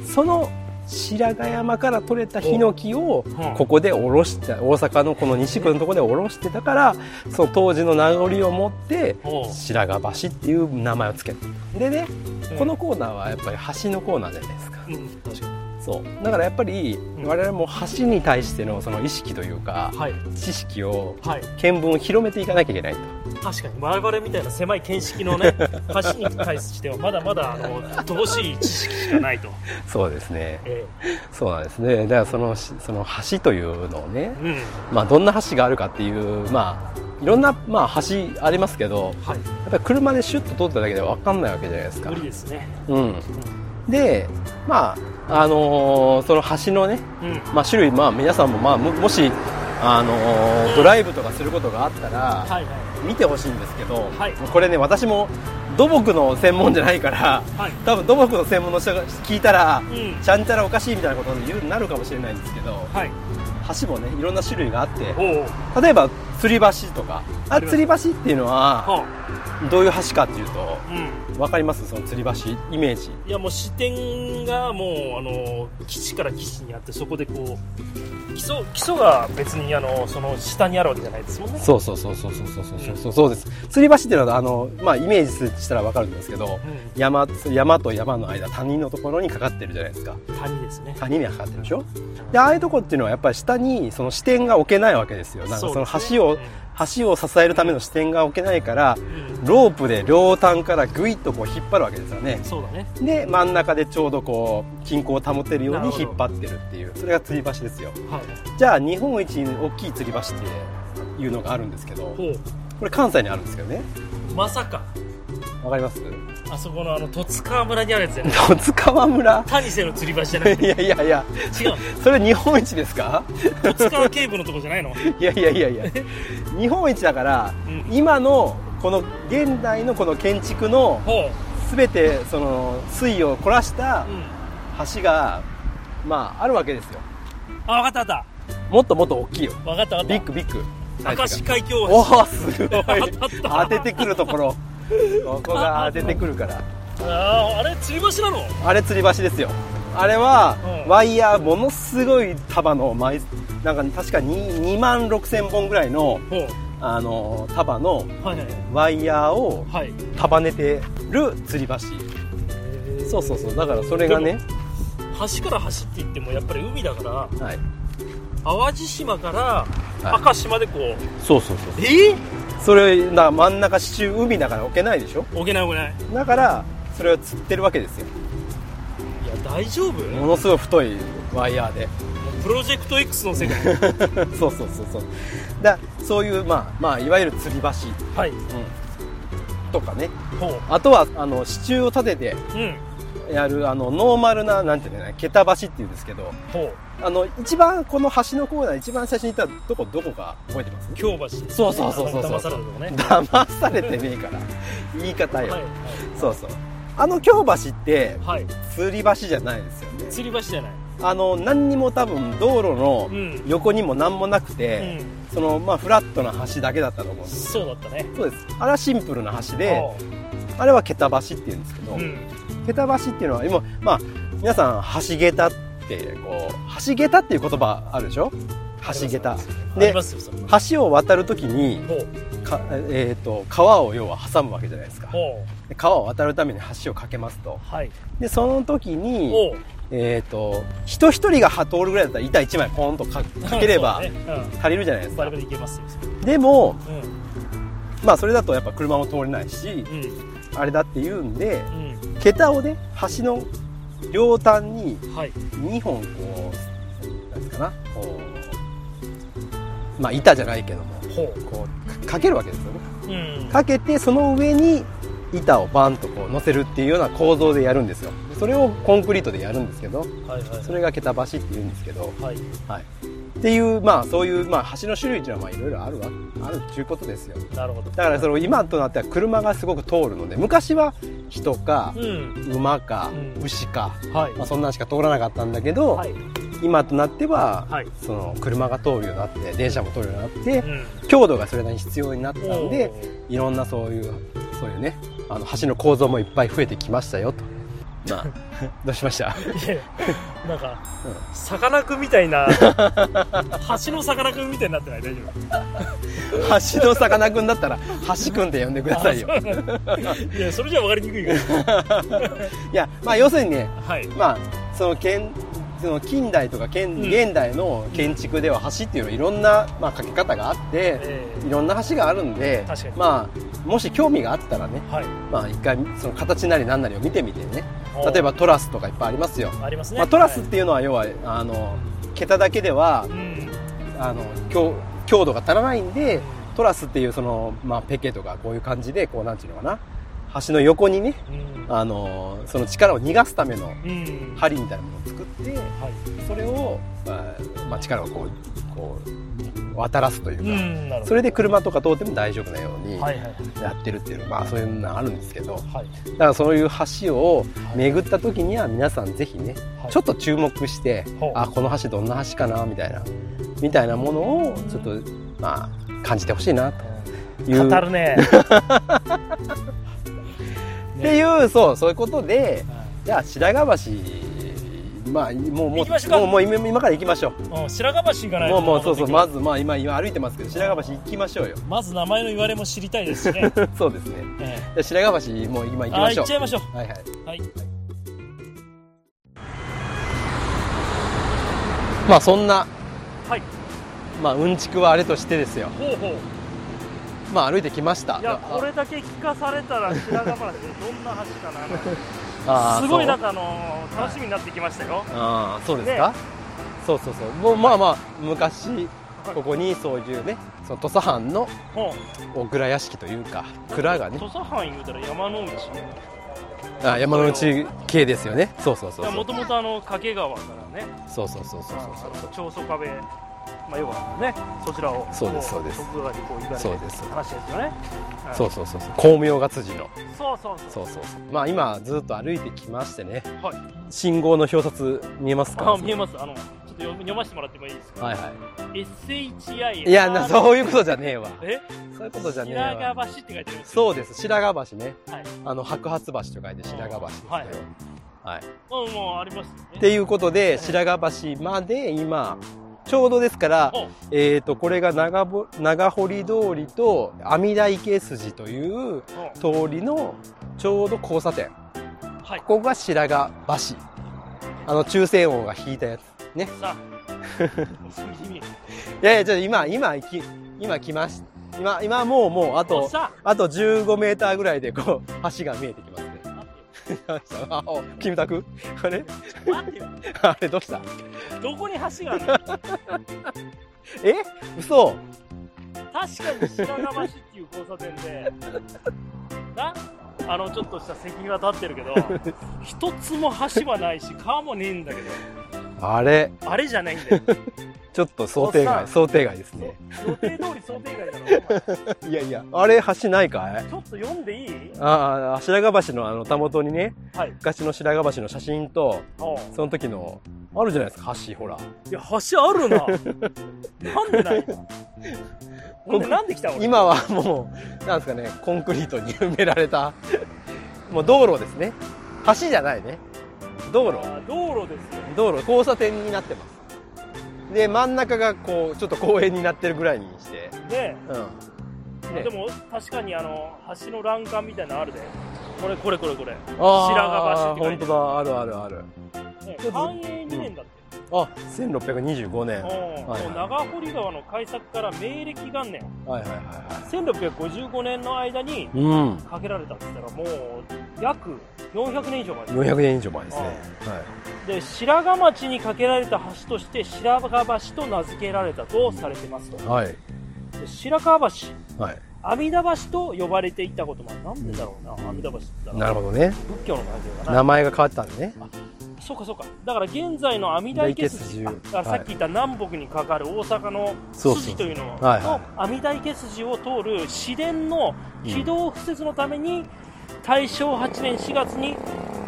S1: その白髪山から取れたヒノキを
S4: うん
S1: ここでおろして大阪のこの西区のところでおろしてたからその当時の名残を持って
S4: おう
S1: 白髪橋っていう名前をつけたでね
S4: うん
S1: このコーナーはやっぱり橋のコーナーじゃないですか
S4: うん、うん、確か
S1: そうだからやっぱり
S4: ん
S1: 我々も橋に対してのその意識というか
S4: にはい
S1: 知識を
S4: はい
S1: 見聞を広めていかなきゃいけないと
S4: 確かに我々みたいな狭い見識 のね橋に対してはまだまだあの乏しい知識し かないと、
S1: そうですね
S4: え
S1: そうなんですねだからそのしその橋というのをね
S4: え、うん
S1: まあ、どんな橋があるかっていうまあいろんな、まあ、橋ありますけどやっ
S4: はい
S1: ぱり車でシュッと通っただけで分かんないわけじゃないですか
S4: 無理ですね
S1: うんでまああのーその橋のね、
S4: うん
S1: まあ、種類まあ皆さんも、まあ、ももしあのードライブとかすることがあったら、
S4: はいは
S1: 見てほしいんですけど、
S4: はい
S1: これね私も土木の専門じゃないから
S4: いはい
S1: 多分土木の専門の人が聞いたら、
S4: うん
S1: ちゃんちゃらおかしいみたいなことに言うなるかもしれないんですけど
S4: はい
S1: 橋もねいろんな種類があって
S4: おう
S1: 例えば吊り橋とかあ
S4: 吊り橋
S1: 吊り橋っていうのは
S4: は
S1: どういう橋かっていうと
S4: あうん
S1: 分かりますその吊り橋イメージ
S4: いやもう視点がもうあの基地から基地にあってそこでこう基礎基礎が別にあのその下にあるわけじゃないですもんね
S1: そうそうそうそうそうそうそうそうそうです吊り橋っていうのはあの、まあ、イメージすしたらわかるんですけど、
S4: うん
S1: 山、山と山の間、谷のところにかかってるじゃないですか。
S4: 谷ですね。
S1: 谷にはかかってるでしょで、ああいうとこっていうのはやっぱり下にその視点が置けないわけですよ。なんかその橋を、橋を支えるための視点が置けないから、
S4: うん、うん
S1: ロープで両端からぐいっとこう引っ張るわけですよね。
S4: そうだね。
S1: で、真ん中でちょうどこう、均衡を保てるよう
S4: なるほ
S1: に
S4: ど
S1: 引っ張ってるっていう、それが吊り橋ですよ。
S4: はい。
S1: じゃあ、日本一大きい吊り橋っていうのがあるんですけど、
S4: ほ
S1: これ関西にあるんですけどね。
S4: う。まさか、
S1: わかります
S4: あそこのあの、戸塚村にあるやつじゃない。
S1: 戸塚川村
S4: 谷瀬の吊り橋 じゃない。
S1: いやいやいや、
S4: 違うの。
S1: それ日本一ですか
S4: 戸塚警部のとこじゃないの。
S1: いやいやいやいや、日本一だから、
S4: うん
S1: 今のこの現代のこの建築の
S4: ほ
S1: 全てその水を凝らした
S4: う。うん。
S1: 橋が、まああるわけですよ。
S4: あ、わかったわかっ
S1: もっともっと大きいよ。
S4: た。わかったわか
S1: ビ
S4: っ
S1: ッグビッグ。
S4: た。明石海峡
S1: お
S4: 大
S1: お、すごい
S4: 当たっ。た
S1: 当ててくるところ。ここが当ててくるから。
S4: 橋。あーあれ、吊り橋なの
S1: あれ吊り橋ですよ。あれは
S4: うん
S1: ワイヤーものすごい束の枚数、なんか確かに2万6千本ぐらいの、
S4: ほう。
S1: あの、束の
S4: はいはい
S1: ワイヤーを
S4: はい。はい。
S1: 束ねてる吊り橋そうそうそうだからそれがね、
S4: 橋から橋って言ってもやっぱり海だから
S1: はい、
S4: 淡路島から
S1: はい
S4: 明石までこう、
S1: そうそうそう
S4: え
S1: それな真ん中支柱海だから置けないでしょ
S4: ー、おけないおけない
S1: だからそれを吊ってるわけですよ
S4: いや大丈夫
S1: ものすごい太いワイヤーで
S4: プロジェクト X の世界
S1: そうそうそうそうだそういうまあまあいわゆる吊り橋、
S4: はい
S1: とかね
S4: ほう
S1: あとはあの支柱を立てて
S4: うん
S1: やるあのノーマルななんていうのかな桁橋っていうんですけど
S4: ほう
S1: あの一番この橋のコーナー一番最初に行ったどこどこか覚えてます
S4: 京橋
S1: そうそうそうそうそう
S4: 騙されたとこね
S1: 騙されてねえから言い方
S4: はい
S1: よ、
S4: はい
S1: そうそうあの京橋って
S4: はい
S1: 吊り橋じゃないですよね
S4: 吊り橋じゃない
S1: あの何にも多分道路の
S4: うん
S1: 横にも何もなく
S4: う
S1: て、
S4: ん
S1: そのまあフラットな橋だけだったと思うんです
S4: そうだったね
S1: そうですあれはシンプルな橋であれは桁橋っていうんですけど、
S4: あーうん
S1: 桁橋っていうのは今まあ皆さん橋桁ってこう橋桁っていう言葉あるでしょ橋桁
S4: あり
S1: で
S4: ますよそれ
S1: 橋を渡るときに
S4: ほう
S1: か、えー、と川を要は挟むわけじゃないですか
S4: ほ
S1: で川を渡るために橋を架けますと
S4: うはい
S1: でその時に、
S4: ほう
S1: えー、と人一人がは通るぐらいだったら板1枚ポンとかかければ
S4: そうだね
S1: 足りるじゃないで
S4: うん
S1: す
S4: バリ
S1: か
S4: バリいけますよ
S1: でも
S4: うん
S1: まあそれだとやっぱ車も通れないし
S4: うん
S1: あれだって言うんで
S4: う
S1: 桁をね橋の両端に
S4: んはい
S1: 2本こうなんていうかなこうまあ板じゃないけども
S4: ほう
S1: こうかかけるわけですよね
S4: うん
S1: かけてその上に板をバンとこう乗せるっていうような構造でやるんですよそれをコンクリートでやるんですけど
S4: はいはい
S1: それが桁橋っていうんですけど、
S4: はい
S1: はい、っていうまあそういう、まあ、橋の種類っていうのはまあいろいろあるわあるっていうことですよ
S4: なるほど
S1: だからその今となっては車がすごく通るので昔は人か
S4: うん
S1: 馬か
S4: うん
S1: 牛か、
S4: はい
S1: まあ、そんなんしか通らなかったんだけど、
S4: はい
S1: 今となっては、
S4: はい
S1: その車が通るようになって電車も通るようになって、
S4: うん
S1: 強度がそれなりに必要になったんで、
S4: おー
S1: いろんなそういうそういうねあの橋の構造もいっぱい増えてきましたよと まあどうしました
S4: いやいやなんか
S1: う
S4: さかなクンみた いな橋のさかなクンみたいになってない大丈
S1: 橋のさかなクンだったら橋くんで呼んでくだ
S4: 夫
S1: さいよ
S4: あそうなんだいやそれじゃ分かりにくい か
S1: いやまあ要するにね
S4: らはい
S1: まあその建その近代とか現
S4: ん
S1: 現代の建築では橋っていうのはいろんな、まあ、かけ方があって
S4: え
S1: いろんな橋があるんで
S4: 確かに
S1: まあもし興味があったらね
S4: ーはい
S1: まあ一回その形なり何なりを見てみてね
S4: おー
S1: 例えばトラスとかいっぱいありますよ、
S4: ありますね
S1: まあ、トラスっ
S4: はい
S1: ていうのは要はあの桁だけでは
S4: うん
S1: あの強強度が足らないんでトラスっていうその、まあ、ペケとかこういう感じでこうなんていうのかな橋の横にね
S4: うん
S1: あのその力を逃がすための
S4: うんはい
S1: 針みたいなものを作ってそれを、まあまあ、力をこうこう渡らすという
S4: う
S1: か、
S4: んなるほ
S1: それで車とか通っても大丈夫なように
S4: どはいはい
S1: やってるっていう、まあそういうのがあるんですけどだ
S4: はい
S1: からそういう橋を巡った時には皆さんぜひね
S4: はい
S1: ちょっと注目して、
S4: ほう
S1: あこの橋どんな橋かなみたいなみたいなものをちょっとまあ感じてほしいなという
S4: 語るね
S1: っていうそうそういうことで
S4: は
S1: じゃあ白髪橋まあもうも
S6: 行きましょう
S1: う
S6: か
S1: もうもう今今から行きましょ
S6: うん、白樺橋行かな
S1: う
S6: い
S1: も
S6: と
S1: うもうそうそうま
S6: ま
S1: ずまあ今今歩いてますけど白樺橋行きましょうよ
S6: まず名前の言われも知りたいですしね、
S1: そうですね
S6: え
S1: じゃあ白樺橋もう今
S6: え
S1: 行き
S6: あ
S1: ま
S6: ー
S1: し
S6: 行
S1: ょ
S6: っちゃいましょ
S1: うはいはいう
S6: はい
S1: まあそんな
S6: はい
S1: まあうんちくはあれとしてですよ
S6: ほうほう
S1: まあ歩いてきました
S4: いや
S1: あ
S4: これだけ聞かされたら白髪話でどんな橋か
S1: あ
S4: な
S1: ー
S4: すごい
S1: そ
S4: な
S1: うん
S4: かあのー楽しみになってきましたよ
S1: ああそうですか、そうそうそうもうまあまあ昔ここにそういうねその土佐藩の
S4: ほ
S1: お蔵屋敷というか蔵が
S4: う
S1: ね
S4: 土佐藩言うたら山の内
S1: あ山の内系ですよねそうそうそうそ
S4: も
S1: う
S4: ともとあの掛川からね
S1: そうそうそうそうそう
S4: あの長宗壁まあ要はねそちらを
S1: そうです
S4: こ
S1: そうです
S4: 徳川にこう行かれて
S1: そうです
S4: 話ですよねはい
S1: そうそうそうそう光明が辻の
S4: そうそうそう
S1: そうそうそうまあ今ずっと歩いてきましてね、
S4: はい
S1: 信号の表札見えますか
S4: あ見えますあのちょっと読み読ませてもらってもいいですか
S1: はいは
S4: SHI
S1: いいやなそういうことじゃねえわ
S4: え
S1: そういうことじゃねえ
S4: 白
S1: わ
S4: 髪橋って書いてあります
S1: そうです白髪橋ね、
S4: はい
S1: あの白髪橋と書いて白髪橋ですけど、
S4: はい
S1: はい、
S4: うんもうありますよね
S1: っていうことで白髪橋まで今ちょうどですから
S4: ほう、
S1: えー、とこれが長ぼ長堀通りと阿弥陀池筋という
S4: ほう
S1: 通りのちょうど交差点
S4: はい
S1: ここが白髪橋あの中世王が引いたやつ
S4: さあそういう意味
S1: いやいやちょっと今今行き今来ました今今もうもうあ
S4: おっ
S1: と
S4: しゃ
S1: あと15メーターぐらいでこう橋が見えてきますね あおキムタクあれ
S4: 待ってよ
S1: あれどうした
S4: どこに橋 があるの
S1: え嘘
S4: 確かに白川橋っていう交差点でなあのちょっとした石碑は立ってるけど一つも橋はないし川もねえんだけど
S1: あれ
S4: あれじゃないんだよ
S1: ちょっと想定
S4: おっさん
S1: 外想定外ですね
S4: 予定通り想定外だろお前
S1: いやいやあれ橋ないかい
S4: ちょっと読んでいい
S1: ああ白髪橋のあのたもとにね、
S4: はい
S1: 昔の白髪橋の写真と
S4: おう
S1: その時のあるじゃないですか橋ほら
S4: いや橋あるななんでないほんでなんで来た俺
S1: 今はもうなんですかねコンクリートに 埋められたもう道路ですね橋じゃないね道路
S4: あ道路ですよ
S1: 道路交差点になってますで真ん中がこうちょっと公園になってるぐらいにして
S4: ね
S1: う
S4: え
S1: んね
S4: でも確かにあの橋の欄干みたいなのあるでこれこれこれこれ、ね
S1: あー
S4: 白髪橋って書い
S1: 本
S4: て
S1: 当だあるあるある
S4: え、繁栄2年だって、
S1: あ1625年はい
S4: うん
S1: はい
S4: もう長堀川の開削から明暦元年
S1: はいはいは
S4: 1655年の間に
S1: いうん
S4: かけられたって言ったらもう約400年以上前
S1: 400年以上前ですねはい
S4: で白髪町に架けられた橋として白髪橋と名付けられたとされてますと
S1: はい。
S4: で白川橋
S1: はい。
S4: 阿弥陀橋と呼ばれていたこともあるなんでだろうな阿弥陀橋って言った
S1: な
S4: ら
S1: るほどね。
S4: 仏教の関係かな
S1: 名前が変わったんでね。
S4: そうかそうかだから現在の阿弥陀池筋
S1: 阿弥陀池筋
S4: あだからさっき言った南北にかかる大阪の
S1: そうそうそう
S4: 筋というのを
S1: はいはい
S4: 阿弥陀池筋を通る市電の軌道敷設のために、大正8年4月に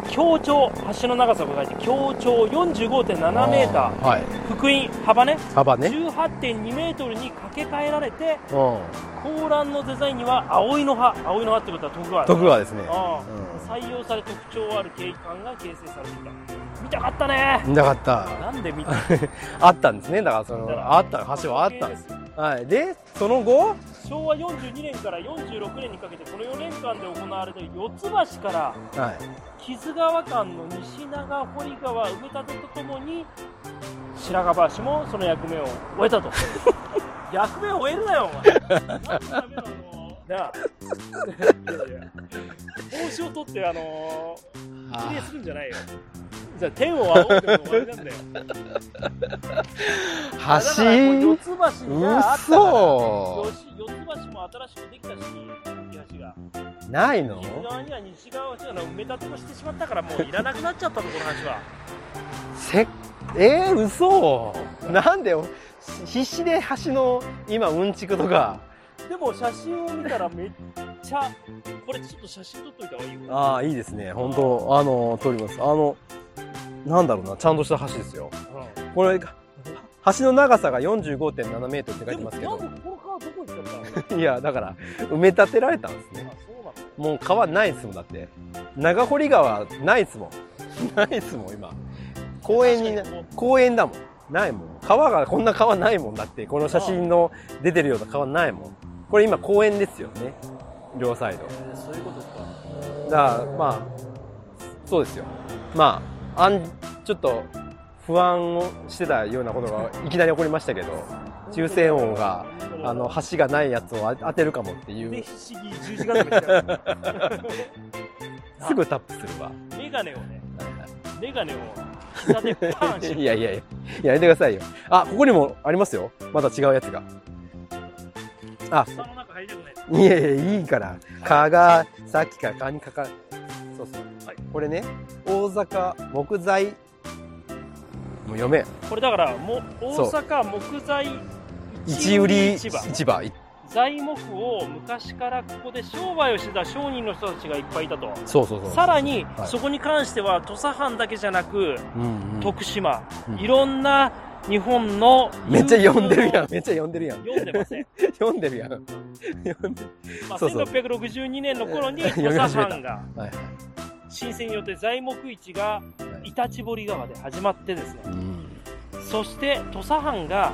S4: 強調橋の長さを書いて強調45.7メーター
S1: はい。
S4: 福音幅ね
S1: 幅ね。
S4: 18.2メートルに架け替えられて
S1: うん。
S4: 高欄のデザインには葵の葉葵の葉ってことは徳川
S1: 徳川ですね。
S4: ああ
S1: う
S4: 採用され特徴ある景観が形成されていた見たかったね
S1: ん。なかった。
S4: なんで見 た
S1: あったんですね。だからその、あった、橋はあったん
S4: で
S1: です。
S4: す
S1: はい。で、その後
S4: 昭和42年から46年にかけてこの4年間で行われた四ツ橋から
S1: は
S4: 木津川間の西長堀川埋め立てとともに白川橋もその役目を終えた と役目を終えるなよお前何のためなのな あいやいや帽子を取ってあのー綺麗
S1: い。
S4: するんじゃないよじゃあ天を仰いでも終わりなんだよだからこれ四
S1: 橋
S4: ツ橋があったからよ
S1: 嘘
S4: し四ツ橋も新しくできたし東橋が
S1: ないの
S4: 西側には西側橋の埋め立てもしてしまったからもういらなくなっちゃったとこの橋は
S1: せえー、嘘なんで必死で橋の今うんちくとか
S4: でも写真を見たらめっちゃこれちょっと写真撮っといた方がいいよ
S1: ああいいですね本当あの通りますあのなんだろうなちゃんとした橋ですよこれ橋の長さが45.7メートルって書いてますけ
S4: でも
S1: ど
S4: なんでこの川どこ行っちゃったの
S1: いやだから埋め立てられたんですね
S4: あそうなの
S1: もう 川ないですもんだって長堀川ないですもんないですもん今公園にね
S4: 確かこ
S1: 公園だもんないもん川がこんな川ないもんだってこの写真の出てるような川ないもんこれ今公園ですよね両サイド
S4: うえーそういうことか
S1: だからまあそうですよまああんちょっと不安をしてたようなことがいきなり起こりましたけど抽選王があの橋がないやつを当てるかもってい
S4: ぜ
S1: う
S4: ひ市議十字固めしちゃう
S1: すぐタップするわ
S4: メガネをねメガネを膝でパーンし
S1: いやいやいややめてくださいよあここにもありますよまた違うやつがあ
S4: 草の中入りたくない
S1: いやいやいいから蚊がさっきから蚊にかかるそうそう、
S4: はい
S1: これね大阪木材もう読めん
S4: これだからもう
S1: そう
S4: 大阪木材
S1: 一売り
S4: 市
S1: 市場
S4: 場材木を昔からここで商売をしてた商人の人たちがいっぱいいたと
S1: そうそうそう
S4: さらに、
S1: はい
S4: そこに関しては土佐藩だけじゃなく
S1: うんうん
S4: 徳島、
S1: うん
S4: いろんな日本の
S1: めっちゃ読んでるやんめ
S4: 有
S1: っちゃ読んでるやん
S4: 名を読んでません、
S1: 読んでるやん読んで
S4: まあ、
S1: そうそう
S4: 1662年の頃に
S1: えー
S4: 土
S1: 読み
S4: 佐
S1: 始めた
S4: 藩が
S1: はい
S4: 新鮮によって材木市がイタチ堀川で始まってですね
S1: うん
S4: そして土佐藩が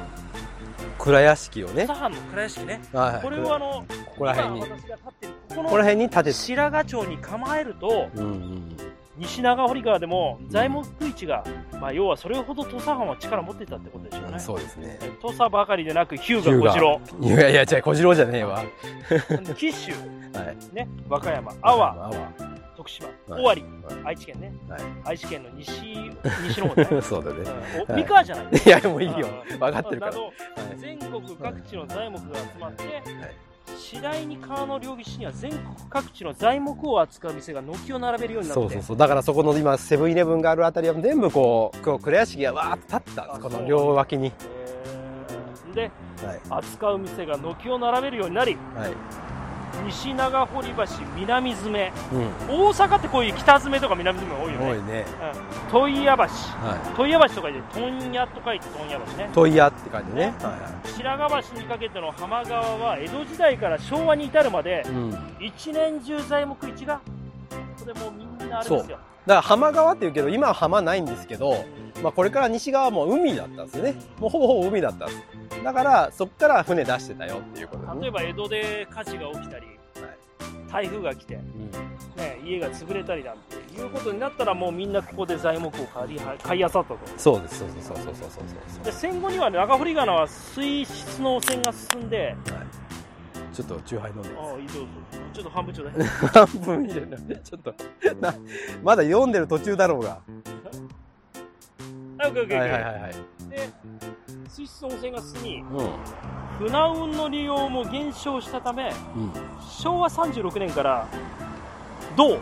S1: 蔵屋敷を
S4: 土
S1: ね
S4: 佐藩の倉屋敷ね
S1: はいはい
S4: これをあの
S1: ここら辺に
S4: 今
S1: こ
S4: 私が立ってるここ
S1: こら
S4: の
S1: 辺に建てて
S4: 白髪町に構えると
S1: うんうん
S4: 西長堀川でも材木市が、まあ、要はそれほど土佐藩は力を持っていたってことでしょうね
S1: そうですね
S4: 土佐ばかりでなく日向
S1: 日向
S4: 小次郎
S1: いやいやじゃあ小次郎じゃねえわ
S4: 紀州、
S1: はい
S4: ね、和歌山阿波
S1: あわ
S4: 徳島
S1: はい
S4: 尾張
S1: はい
S4: 愛知県ね、
S1: はい
S4: 愛知県の西西の方 ね
S1: そうだね
S4: うんお
S1: はい
S4: 三河じゃない
S1: いやもういいよ分かってるか
S4: な
S1: らは
S4: ど
S1: い
S4: 全国各地の材木が集まって、
S1: い
S4: 次第に川の両岸には全国各地の材木を扱う店が軒を並べるようになって
S1: そうそうそうだからそこの今セブンイレブンがあるあたりは全部こうこう倉屋敷がわーっと立ってたんですこの両脇に
S4: へーで
S1: はい
S4: 扱う店が軒を並べるようになり
S1: はい
S4: 西長堀橋南詰
S1: うん
S4: 大阪ってこういう北詰とか南詰多いよ
S1: 多
S4: ね
S1: いね
S4: 問屋橋
S1: は
S4: 問屋橋とかで問屋と書いて問屋橋ね
S1: い問屋って感じね
S4: ね
S1: は
S4: 白川橋にかけての浜川は江戸時代から昭和に至るまで
S1: いうんだか
S4: 一年中材木市がこれもうみんなあれですよ
S1: ら浜川っていうけど今は浜ないんですけどまあこれから西側はもう海だったんですねもうほぼほぼ海だったんですだからそっから船出してたよっていうこと
S4: 例え
S1: ね
S4: ば江戸で火事が起きたり台風が来て、ね、家が潰れたりなんていうことになったらもうみんなここで材木を買いは買い漁ったと
S1: そうですそうそうそうそうそうそう
S4: で戦後にはね長堀川は水質の汚染が進んで
S1: ちょっとチューハイ飲んで
S4: ああいいぞいいぞちょっと半分ち ょうだい
S1: 半分入れるちょっとなまだ読んでる途中だろうが
S4: はい、オッケーオッケーオッケー
S1: いはい
S4: で水質の汚染が進み
S1: うん
S4: 船運の利用も減少したた
S1: う
S4: め
S1: ん
S4: 昭和36年から同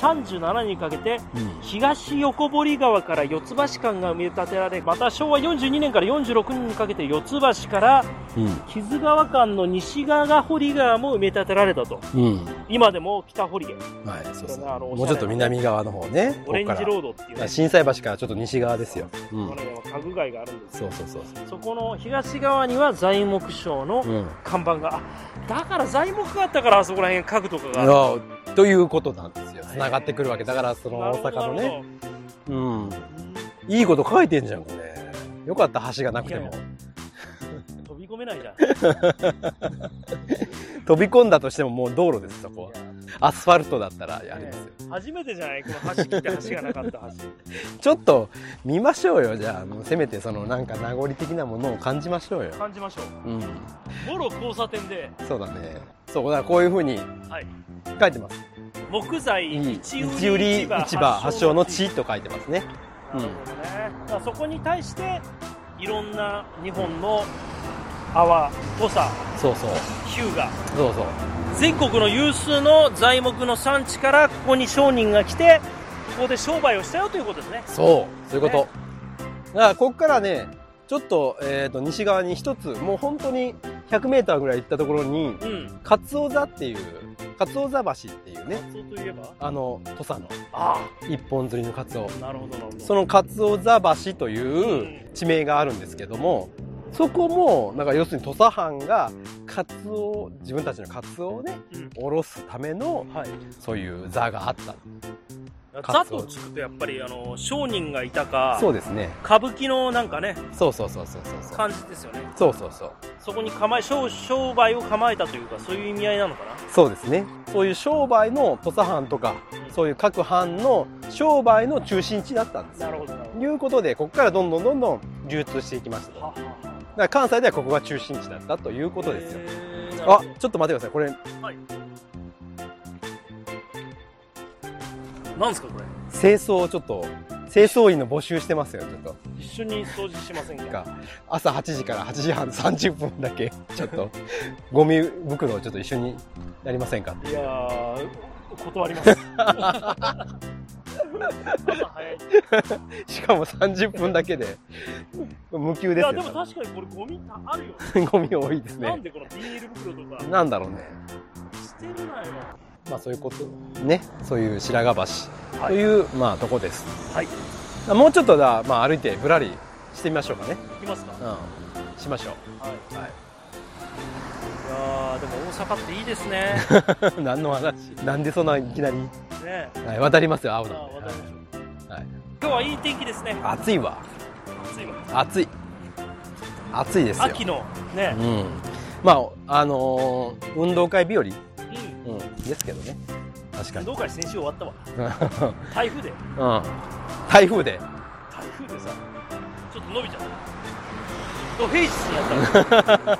S4: 37にかけて
S1: うん
S4: 東横堀川から四ツ橋間が埋め立てられまた昭和42年から46年にかけて四ツ橋から
S1: うん
S4: 木津川間の西側が堀川も埋め立てられたと
S1: うん
S4: 今でも北堀江
S1: はいそうそう
S4: これねあの
S1: もうちょっと南側の方ね
S4: オレンジ
S1: こ
S4: ロードっていう
S1: こから
S4: ね
S1: 震災橋からちょっと西側ですよ、う
S4: この、辺は家具街があるんです
S1: そうそうそうそ
S4: そこの東側には材木商の
S1: う、うん
S4: 看板があだから材木があったからあそこら辺家具とか
S1: い
S4: が
S1: やということなんですよ繋がってくるわけだからその
S4: な
S1: 大
S4: るほど
S1: 阪の
S4: なる
S1: ね
S4: ほど
S1: うんいいこと書いてんじゃんこれよかった橋がなくて
S4: いや
S1: も
S4: い飛び込めないじゃん
S1: 飛び込んだとしてももう道路ですそこはアスファルトだったらやりますよ
S4: 初めてじゃないこの橋切って橋がなかった橋
S1: ちょっと見ましょうよじゃあもうせめてそのなんか名残的なものを感じましょうよ
S4: 感 じましょ
S1: うん
S4: うもろ交差点で
S1: そうだねそうだからこういうふうに
S4: はい
S1: 書いてます
S4: 木材一
S1: 一
S4: 売
S1: 売
S4: り
S1: り
S4: 市場
S1: 市場発祥の地と書いてますね
S4: なるほどね、だからそこに対していろんな日本の阿波土佐
S1: そうそう
S4: 日向
S1: そうそう
S4: 全国の有数の材木の産地からここに商人が来てここで商売をしたよということですね
S1: そうそういうこと、だからここからねちょっと,、えー、と西側に一つもう本当に 100m ぐらい行ったところに
S4: うん
S1: カツオ座っていうカツオ座橋っていうね
S4: そうといえば
S1: あの土佐の
S4: あ
S1: 一本釣りのカツオ
S4: あなるほどなるほど
S1: そのカツオ座橋という地名があるんですけどもそこもなんか要するに土佐藩がカツオ自分たちのカツオをね
S4: うん
S1: おろすための
S4: はい
S1: そういう座があった
S4: あザとつくとやっぱりあの商人がいたか
S1: そうですね
S4: 歌舞伎のなんかね
S1: そうそうそうそうそうそう
S4: 感じですよね
S1: そうそうそう
S4: そこに構え商商売を構えたというかそういう意味合いなのかな
S1: そうですねそういう商売の土佐藩とかそういう各藩の商売の中心地だったんですよ
S4: ほどなる
S1: ということでここからどんどんどんどん流通していきましたとだから関西ではここが中心地だったということですよあちょっと待ってくださいこれ
S4: なんですかこれ
S1: 清掃をちょっと清掃員の募集してますよちょっと
S4: 一緒に掃除しませんか
S1: か朝8時から8時半30分だけちょっとゴミ袋をちょっと一緒にやりませんか
S4: いやー断り ます朝早いい
S1: しかも30分だけで無給ですよ
S4: やでも確かにこれゴミあるよね
S1: ゴミ多いです
S4: なん
S1: ね
S4: でこのビニール袋とか
S1: なんだろうね
S4: 捨てるなよ
S1: まあそういうことねそういう白髪橋という、まあとこです
S4: はい
S1: もうちょっとだ、まあ、歩いてぶらりしてみましょうかね
S4: 行きますか
S1: うんしましょ
S4: はい、
S1: はい
S4: い、やーでも大阪っていいです ね
S1: う何の話なんでそんないきなり、
S4: ね
S1: はい、渡りますよ青
S4: まあ
S1: なんで、
S4: 渡りましょう、
S1: はい
S4: 今日はいい天気ですね
S1: はい暑いわ
S4: 暑いわ
S1: 暑い暑いですよ
S4: 秋のね
S1: う、んまああのー運動会日和、うん、
S4: うん、
S1: ですけどね確か
S4: 運
S1: に、
S4: 動会先週終わったわ台風で
S1: うん、台風で
S4: 台風でさちょっと伸びちゃった土平日にやっ たの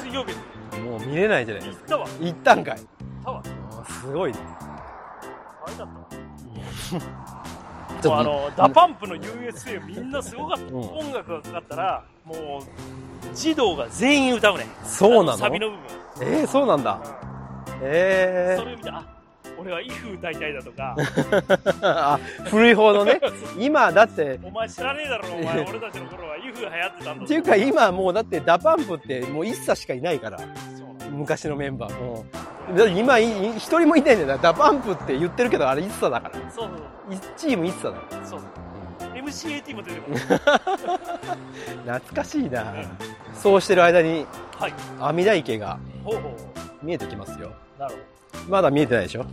S4: 水曜日に
S1: もう見れないじゃない
S4: 行
S1: ですか
S4: ったわ
S1: 行ったんかい
S4: 行ったわ
S1: すごいね
S4: あれだったわ
S1: ち
S4: もう
S1: ょ
S4: あ
S1: っと
S4: のダパンプの USA みんなすごかった、
S1: ん
S4: 音楽がかかったらもう児童が全員歌うね
S1: そう
S4: あ
S1: な
S4: サビ
S1: の
S4: の部分、
S1: えー、そうなんだえ
S4: それを見てあ俺は「イフ歌いたいだ とか
S1: ー、あ古い方のね今だって
S4: 「お前知らねえだろお前俺たちの頃はイフ流行ってたんだぞ」
S1: っていうか今もうだってダパンプってもう一切しかいないから
S4: そう
S1: 昔のメンバーもだって今い一人もいないんだよだからダパンプって言ってるけどあれ一切だから
S4: そう
S1: 一チーム一切だから
S4: そうそう MCAT も出てこない
S1: 懐かしいな、そうしてる間に
S4: はい
S1: 阿弥陀池が
S4: ほうほうほ
S1: 見えてきますよ
S4: うなるほ
S1: まだ見えてないでしょ
S4: ど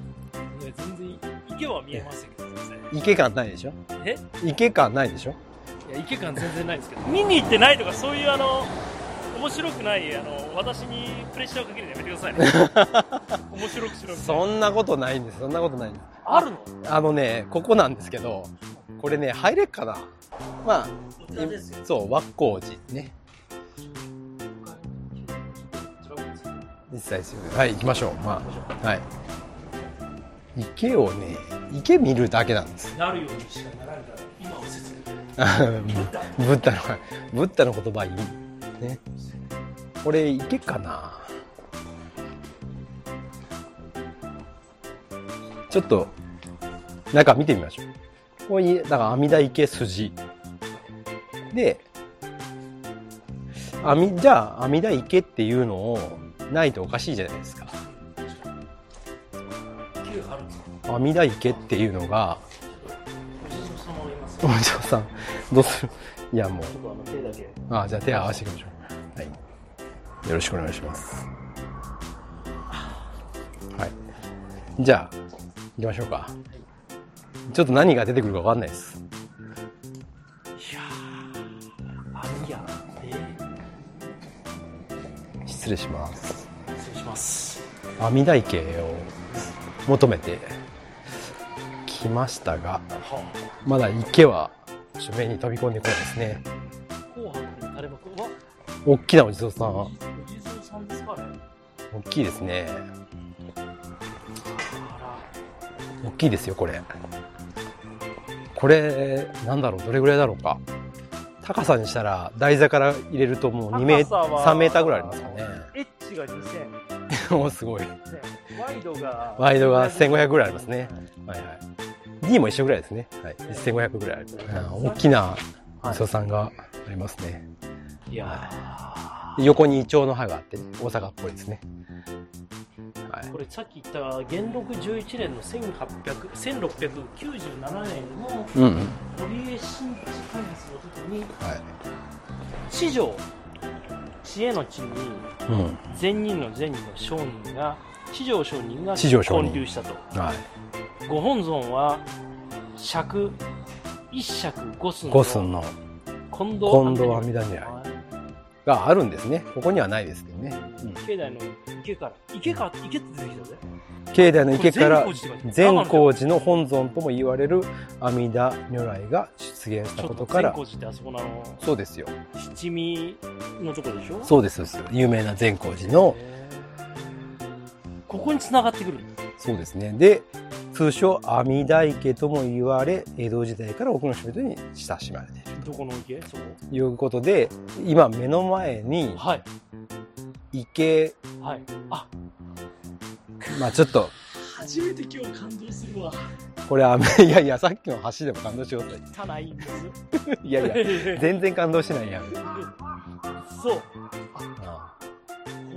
S4: いや全然池は見えませんけど全然
S1: 池感ないでしょ
S4: え
S1: 池感ないでしょ
S4: いや池感全然ないですけど見に行ってないとかそういうあの面白くないあの私にプレッシャーをかけるのやめてくださいね 面白くしろみたいな
S1: そんなことないんですそんなことないんで
S4: あるの
S1: すあのねここなんですけどこれね入れっかなまあそう和光寺ね実際ですよねはい行きましょうまあはい池をね池見るだけなんです
S4: なるようにしかなられたら今を説明
S1: ブッダのブッダの言葉いいねこれいけっかなちょっと中見てみましょうここにだから阿弥陀池筋で阿弥じゃあ阿弥陀池っていうのをないとおかしいじゃないですか阿弥陀池っていうのがお嬢さんどうするいやもうあじゃあ手合わせていきましょうはいよろしくお願いしますはいじゃあ行きましょうかちょっと何が出てくるかわかんないです失礼します
S4: します
S1: 阿弥陀池を求めて来ましたがまだ池はちょっと目に飛び込んでこないですね
S4: 紅白の垂れ幕うわ
S1: 大きなお地蔵さん大
S4: お地蔵さんですかね
S1: きいですね大きいですよこれこれなんだろうどれぐらいだろうか高さにしたら台座から入れるともう2メー
S4: 高さは
S1: 3メーターぐらいありますか ね
S4: エッジが2000ね
S1: おすごい
S4: ワイドが
S1: ワイドが1500ぐらいありますねはいはい D も一緒ぐらいですね、はい、1500ぐらいあります、うん大きなお地蔵さんがありますね、
S4: いや
S1: 横にイチョウの葉があって大阪っぽいですねはい
S4: ーこれさっき言った元禄11年の1800 1697年の
S1: うんうん、
S4: 堀江新橋開発の時に
S1: はい
S4: 四条知恵の地に
S1: うん
S4: 善人の善人の商人が四条商人が
S1: 四条商人
S4: 建立したと
S1: はい、
S4: ご本尊は尺一尺五寸
S1: 五寸の
S4: 近藤
S1: 近藤阿弥陀如来があるんですね。ここにはないですけどね。
S4: 境内の池から池か池って出てきたぜ
S1: 境内の池から
S4: これ善光寺って書いてある
S1: 善光寺の本尊とも言われる阿弥陀如来が出現し
S4: ち
S1: た
S4: ょ
S1: こ
S4: っ
S1: と
S4: と善
S1: から
S4: 光寺ってあそこのあの
S1: そうですよ
S4: 七味のとこでしょ
S1: そうですそうです有名な善光寺の
S4: へーここに繋がってくる
S1: そうですねで通称阿弥陀池とも言われ江戸時代から多くの人々に親しまれている
S4: どこの池そこと
S1: いうことで今目の前に
S4: はい
S1: 池
S4: はいあ
S1: まあちょっと
S4: 初めて今日感動するわ
S1: これ阿弥いやいやさっきの橋でも感動しようと
S4: 汚いんです
S1: いやいや全然感動しないやん
S4: そうこ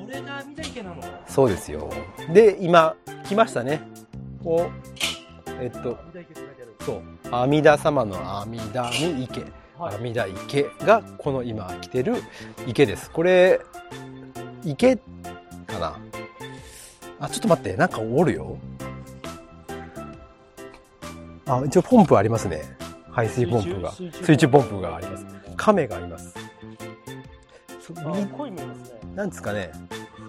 S4: れが阿弥陀池なの
S1: そうですよで今来ましたねこうえっと
S4: 阿弥陀池って書いてある
S1: そう阿弥陀様の阿弥陀に池、
S4: はい
S1: 阿弥陀池がこの今来てる池ですこれ池かなあちょっと待ってなんかおるよあ一応ポンプありますね排水ポンプが
S4: 水中
S1: 水中ポンプがあります亀がありますそ
S4: あ
S1: み
S4: 鯉もいますね
S1: なんですかね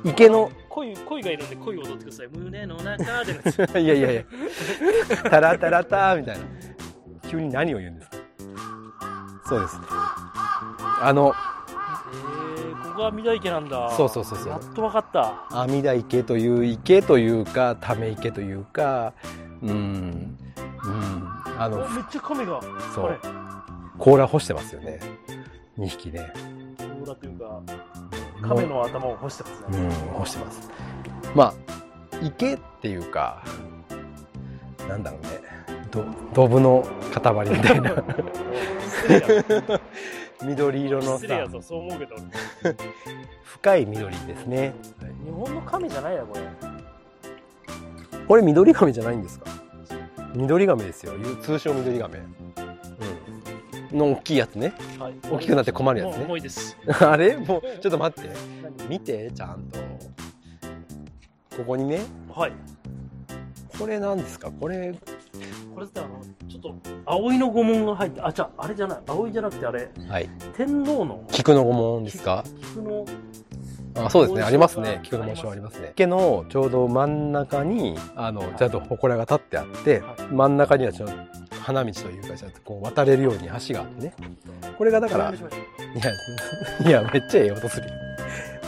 S1: 池の
S4: 鯉鯉がいるんで鯉を踊ってください胸 の中での
S1: いやいやいや、タラタラタみたいな。急に何を言うんですかそうです。あの、
S4: えー、ここが阿弥陀池なんだ
S1: そうそうそうそう
S4: やっとわかった
S1: 阿弥陀池という池というか、ため池というか、うん、うん、あの
S4: お、めっちゃ亀が
S1: そ
S4: これ
S1: う、甲羅干してますよね。2匹ね。
S4: 甲羅というか亀の頭を干してます
S1: う
S4: ね
S1: ん、干してます。まあ、池っていうか、なんだろうね、どドブの塊みたいな。
S4: 失礼やぞ
S1: 緑色の
S4: 失礼や
S1: さ
S4: ぞそう思うけど俺
S1: 深い緑ですね、
S4: 日本の亀じゃないやこれ
S1: これ緑亀じゃないんですか緑亀ですよ通称緑亀、うん、の大きいやつね
S4: はい
S1: 大きくなって困るやつね
S4: もう重いです
S1: あれもうちょっと待って見てちゃんとここにね
S4: はい
S1: これなんですかこれ
S4: これってあのちょっと葵の御紋が入ってあじゃああれじゃない葵じゃなくてあれ
S1: はい
S4: 天皇の
S1: 菊の御紋ですか
S4: 菊の
S1: あそうですね
S4: 紋章が
S1: ありますね菊の紋章あ
S4: あ
S1: り
S4: り
S1: ま
S4: ます
S1: すね池のちょうど真ん中にあのちゃんと祠が立ってあって、
S4: はい
S1: 真ん中にはちょっと花道というかちゃんとこう渡れるように橋があってねこれがだから
S4: お願いしましょう
S1: いや、いや、めっちゃええ音するや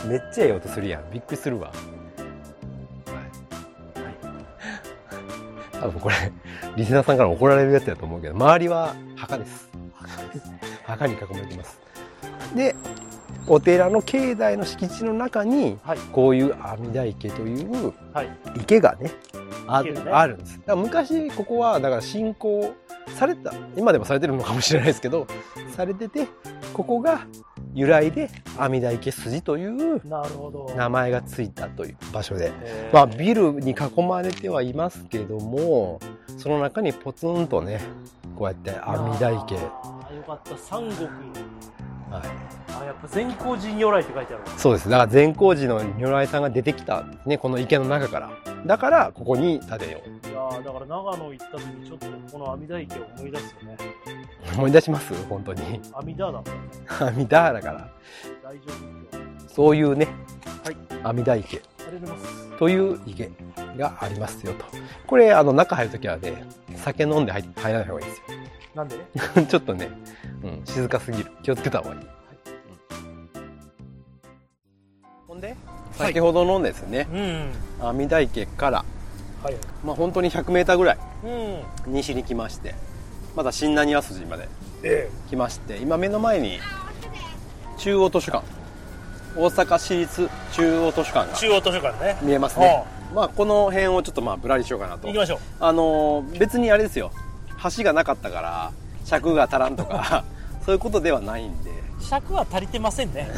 S1: ん。めっちゃええ音するやん。びっくりするわ。多分これ、リスナーさんから怒られるやつだと思うけど、周りは墓です。墓に囲まれてます。で、お寺の境内の敷地の中に、
S4: はい
S1: こういう阿弥陀池という
S4: はい
S1: 池がね、あ
S4: 池がね
S1: あるんです。だから昔、ここは、だから信仰されてた、今でもされてるのかもしれないですけど、されてて、ここが由来で阿弥陀池筋という
S4: なるほど
S1: 名前がついたという場所で、
S4: えー
S1: まあ、ビルに囲まれてはいますけどもその中にポツンとねこうやって阿弥陀池、
S4: あーよかった三国
S1: はい、
S4: あやっぱ善光寺如来って書いてあるわ
S1: そうですだから善光寺の如来さんが出てきた、ね、この池の中からだからここに建てよ
S4: いやーだから長野行った時にちょっとこの阿弥陀池を思い出すよね
S1: う思い出します本当に
S4: 阿弥陀だもんね
S1: 阿弥陀だから
S4: 大丈夫今
S1: そういうね、
S4: はい
S1: 阿弥陀池
S4: 日あれれます
S1: という池がありますよとこれあの中入るときはね酒飲んで入入らない方がいいですよ
S4: なんで
S1: ちょっとね、うん、静かすぎる。気をつけた方がいい。ほんで、先ほどのですね、
S4: うん
S1: 阿弥陀池から、
S4: はい
S1: まあ本当に100メーターぐらい
S4: うん
S1: 西に来まして、まだ新浪速筋まで来まして、今目の前に中央図書館、大阪市立中央図書館が
S4: 中央図書館ね
S1: 見えますね。まあこの辺をちょっとまあぶらりしようかなと
S4: 行き。ましょう
S1: あのー別にあれですよ橋がなかったから尺が足らんとか そういうことではないんで
S4: 尺は足りてませんね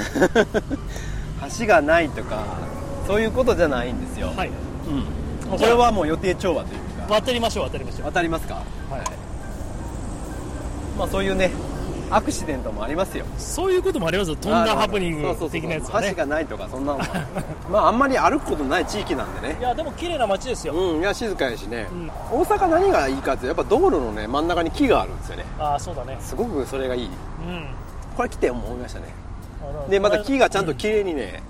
S1: 橋がないとかそういうことじゃないんですよ、
S4: はい
S1: うん、これはもう予定調和というか
S4: 渡りましょう渡りましょう
S1: 渡りますか
S4: はい
S1: まあそういうねアクシデントもありますよ
S4: そういうこともありますよ飛ん
S1: あ
S4: だ
S1: の
S4: ハプニン
S1: そうそうそ
S4: グ
S1: う
S4: 的なやつはね
S1: 橋がないとかそんなのもある まああんまり歩くことない地域なんでね
S4: いやでも綺麗な街ですよ、
S1: うんいや静かやしね、
S4: うん
S1: 大阪何がいいかってやっぱ道路のね真ん中に木があるんですよね
S4: ああそうだね
S1: すごくそれがいい
S4: うん
S1: これ来て思いましたね
S4: あの
S1: でまた木がちゃんと綺麗にね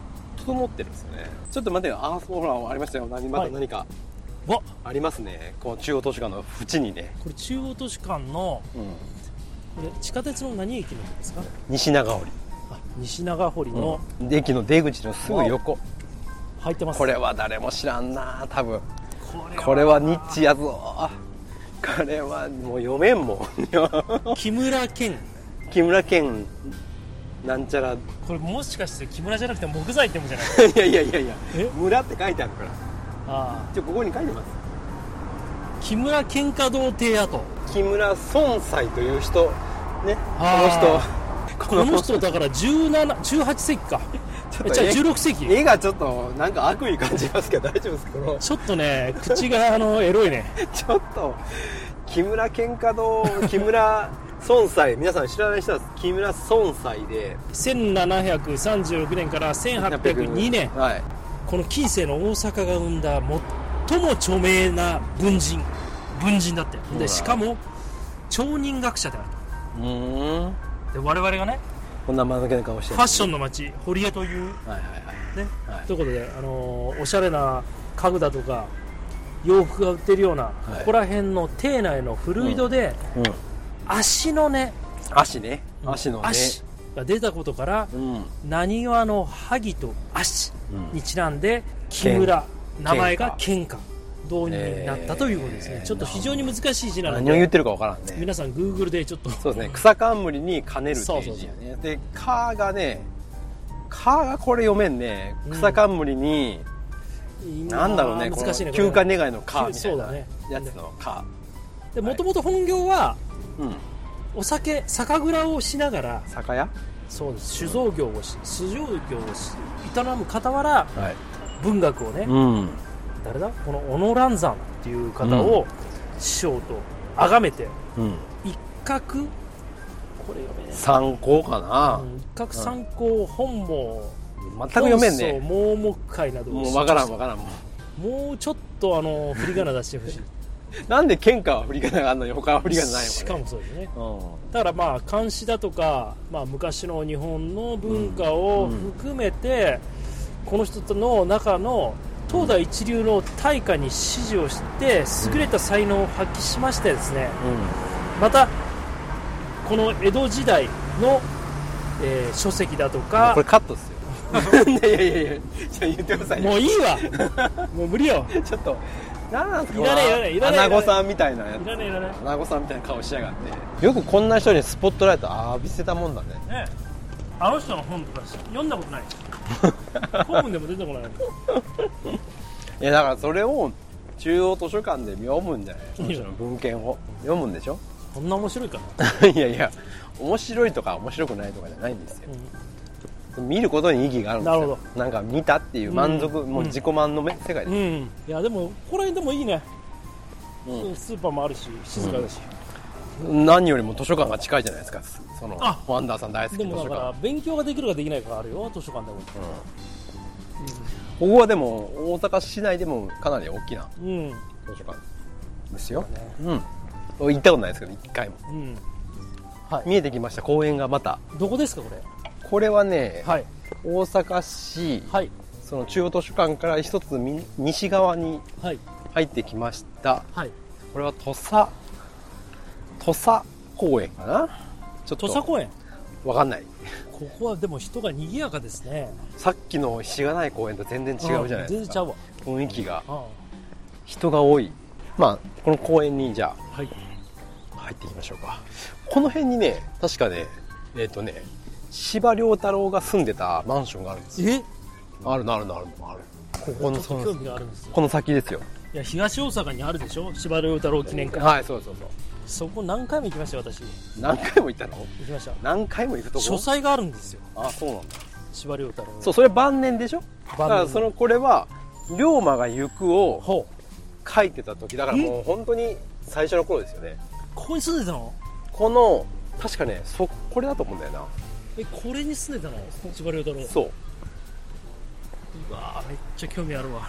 S1: 整ってるんですよねちょっと待ってよあほらありましたよ何また何か
S4: わ
S1: ありますねこの中央図書館の縁にね、
S4: これ中央都市間の
S1: うん、
S4: これ地下鉄の何駅のとこですか
S1: 西長織
S4: あ西長堀の、
S1: 駅の出口のすぐ横
S4: 入ってます
S1: これは誰も知らんな多分
S4: これ
S1: これはニッチやぞこれはもう読めん もん
S4: 木村健
S1: 木村健なんちゃら い
S4: これもしかして木村じゃなくて木材ってもんじゃない
S1: やいやいやいや
S4: え
S1: 村って書いてあるから
S4: あ
S1: ちょここに書いてま
S4: あ木村喧嘩堂邸跡
S1: す木村孫斎という人ね
S4: あ
S1: こ
S4: こ
S1: の人
S4: の人だから1718世紀か
S1: ちょ
S4: え
S1: っ
S4: じ
S1: と
S4: ゃあ
S1: 絵
S4: 16世紀
S1: 絵がちょっとなんか悪意感じますけど大丈夫ですかこの
S4: ちょっとね口が あのエロいね
S1: ちょっと木村喧嘩堂木村孫斎皆さん知らない人は木村孫斎で
S4: 1736年から1802年
S1: はい
S4: この近世の大阪が生んだ最も著名な文人文人だって
S1: う
S4: で
S1: だ
S4: しかも超人学者であ
S1: うん
S4: るで我々がね
S1: こんな間抜けな顔して
S4: ファッションの街堀江という
S1: はいはい
S4: ね、
S1: はい
S4: ということで、あのーおしゃれな家具だとか洋服が売ってるような、
S1: い
S4: ここら辺の邸内の古井戸で、
S1: はい、うん、
S4: 足のね
S1: 足ね足のね
S4: 足が出たことから
S1: うん、
S4: なにわの萩と足
S1: うん
S4: にちなんで木村名前が
S1: 喧
S4: 喧嘩導入になったということですね、
S1: えー
S4: ちょっと非常に難しい字なの
S1: 何を言っ
S4: で
S1: てるかわからんね
S4: 皆さんグーグルでちょっと
S1: そうですね草冠に兼ねるって
S4: そう
S1: い
S4: そうう
S1: 字
S4: そう
S1: やねで「か」がね「か」がこれ読めんね
S4: うん
S1: 草冠に、なんだろうね、この
S4: 難しいね
S1: 休
S4: こ
S1: 暇
S4: れ
S1: 願いのかみた
S4: そ
S1: いう
S4: だ
S1: な
S4: ね
S1: やつのか。
S4: でもともと本業は
S1: うん。
S4: お酒酒蔵をしながら
S1: 酒屋
S4: そうです酒造業をし酒造業をし営む傍
S1: は
S4: ら
S1: い。
S4: 文学をね、
S1: うん。
S4: 誰だこの小野蘭山っていう方を師匠と崇めて
S1: うん。
S4: 一角これ読めね
S1: 参考か
S4: え
S1: な
S4: う。ん一角三考本望
S1: 全く読めん
S4: 本草
S1: ね。
S4: 盲目会など
S1: もうわからん
S4: も
S1: わからんもん。
S4: うちょっとあの振り仮名出し てほしい
S1: なんで喧嘩は振り仮名があんのに他は振り仮名ないの
S4: しかもそうですね
S1: も。
S4: だからまあ漢詩だとか、まあ、昔の日本の文化を含めて、この人との中の東大一流の大家に支持をして優れた才能を発揮しましてですね
S1: うん。うん。
S4: またこの江戸時代の、えー書籍だと
S1: こ
S4: か
S1: れカットっす よ。いやいやいやじゃあ言ってください
S4: も
S1: よ。
S4: ういいわもう無理よ
S1: ちょっと、なんなんすか
S4: いらねえいらねえいらねえ
S1: アナゴさんみたいなや
S4: いら
S1: つ。
S4: ないいらない
S1: アナゴさんみたいな顔しやがって。よくこんな人にスポットライト浴びせたもんだね。
S4: ねあの人の本とか読んだこ とない本文でも出てこない
S1: いやだからそれを中央図書館で読むんじゃないその
S4: いや
S1: 文献を読むんでしょ
S4: こんな面白いか な、
S1: いやいや面白いとか面白くないとかじゃないんですよ
S4: うん、
S1: 見ることに意義があるんですよ
S4: なるほ
S1: なんか見たっていう満足、
S4: うん
S1: もう自己満の目世界です、
S4: うん、いやでもここら辺でもいいね、
S1: うん
S4: スーパーもあるし静かだし、
S1: 何よりも図書館が近いじゃないですかその
S4: あ
S1: ワンダーさん大好き
S4: で
S1: な図
S4: も
S1: 書
S4: だ
S1: 館
S4: から勉強ができるかできないかがあるよ図書館でも
S1: ここはでも大阪市内でもかなり大きな
S4: うん
S1: 図書館ですよ、うん行ったことないですけど一回も
S4: うん、
S1: 見えてきました公園がまた
S4: どこですかこれ
S1: これはね、
S4: はい
S1: 大阪市、
S4: はい
S1: その中央図書館から一つみ西側に
S4: はい
S1: 入ってきました。
S4: はい
S1: これは土佐、土佐公園かなちょっ
S4: 土佐
S1: と
S4: 公園
S1: わかんない。
S4: ここはでも人が賑やかですね
S1: さっきのしがない公園と全然違うじゃない
S4: ん
S1: で
S4: 全然
S1: す
S4: ち
S1: か。
S4: ゃうわ
S1: 雰囲気が、
S4: あ
S1: 人が多い。まあ、この公園にじゃ
S4: はい
S1: あ入っていきましょうか。この辺にね、確かね、えっ、とね、司馬遼太郎が住んでたマンションがあるんですよ。
S4: え
S1: あるのあるのあるのある。ここの、
S4: ち
S1: そ
S4: ょっと興
S1: の、
S4: 味があるんですよ
S1: この先ですよ。
S4: いや東大阪にあるでしょ司馬遼太郎記念館
S1: はい、そうそうそう。
S4: そこ何回も行きましたよ私行
S1: 何回も行ったの
S4: きました
S1: 何回も行くとこ
S4: 書斎があるんですよ
S1: あそうなんだ
S4: 司馬遼太郎
S1: そうそれ晩年でしょだ
S4: 晩年
S1: からそのこれは龍馬が行くを
S4: ほう
S1: 書いてた時だからもう本当に最初の頃ですよね
S4: ここに住んでたの
S1: この確かねそこれだと思うんだよな
S4: えこれに住んでたの千葉亮太郎
S1: そう
S4: うわーめっちゃ興味あるわ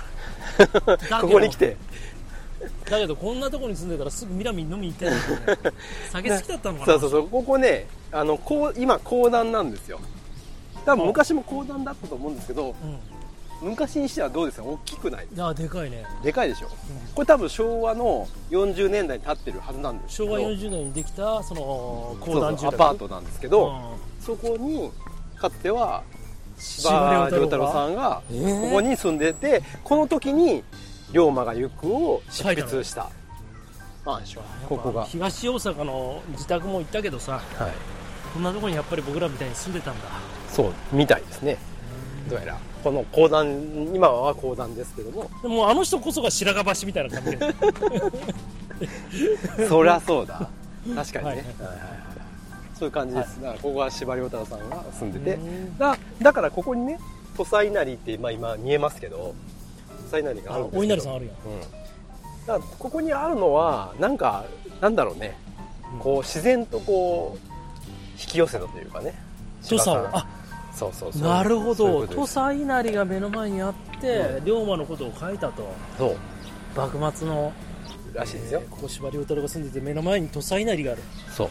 S4: だ
S1: ここに来て
S4: だけどこんなとこに住んでたらすぐミラミン飲みに 行ったよ、ね、酒好きだったのかな
S1: そうそうそうここねあのこう今公団なんですよ多分昔も公団だったと思うんですけど
S4: う
S1: 昔にしてはどうですか大きくない
S4: んあーでかいね
S1: でかいでしょこれ多分昭和の40年代に建ってるはずなんですけ
S4: 昭
S1: ど
S4: 和40年にできたその
S1: そうそ
S4: 公
S1: う
S4: 団住
S1: ア
S4: 宅
S1: パートなんですけど、
S4: うん
S1: そこにかつては司
S4: 馬
S1: 馬
S4: 遼
S1: 遼
S4: 太
S1: 太
S4: 郎
S1: 郎
S4: が
S1: さんが
S4: え
S1: こ
S4: ー
S1: こに住んでて、この時に「龍馬が行く」を執筆したマンションここが、
S4: 東大阪の自宅も行ったけどさ
S1: はい、
S4: こんなとこにやっぱり僕らみたいに住んでたんだ
S1: そうみたいですねどうやらこの講談今は講談ですけども
S4: でもあの人こそが白髪橋みたいな感 じで
S1: そりゃそうだ確かにね、
S4: はい
S1: は
S4: はい
S1: いはいはいそういう感じです、だからここが司馬遼太郎さんが住んでて、
S4: うん
S1: だだからここにね土佐稲荷って、まあ、今見えますけど土佐稲荷があ
S4: あ
S1: るんですけど
S4: お稲荷さんあるやん
S1: うん、だからここにあるのはなんかなんだろうねこう自然とこう引き寄せたというかね
S4: 土佐を
S1: 芝さん
S4: あ
S1: そうそうそう
S4: なるほ
S1: そうい
S4: ど
S1: うこと
S4: 土
S1: です
S4: 佐稲荷が目の前にあって、龍馬のことを書いたと
S1: そう
S4: 幕末の
S1: らしいですよ、
S4: えーここ司馬遼太郎が住んでて目の前に土佐稲荷がある
S1: そう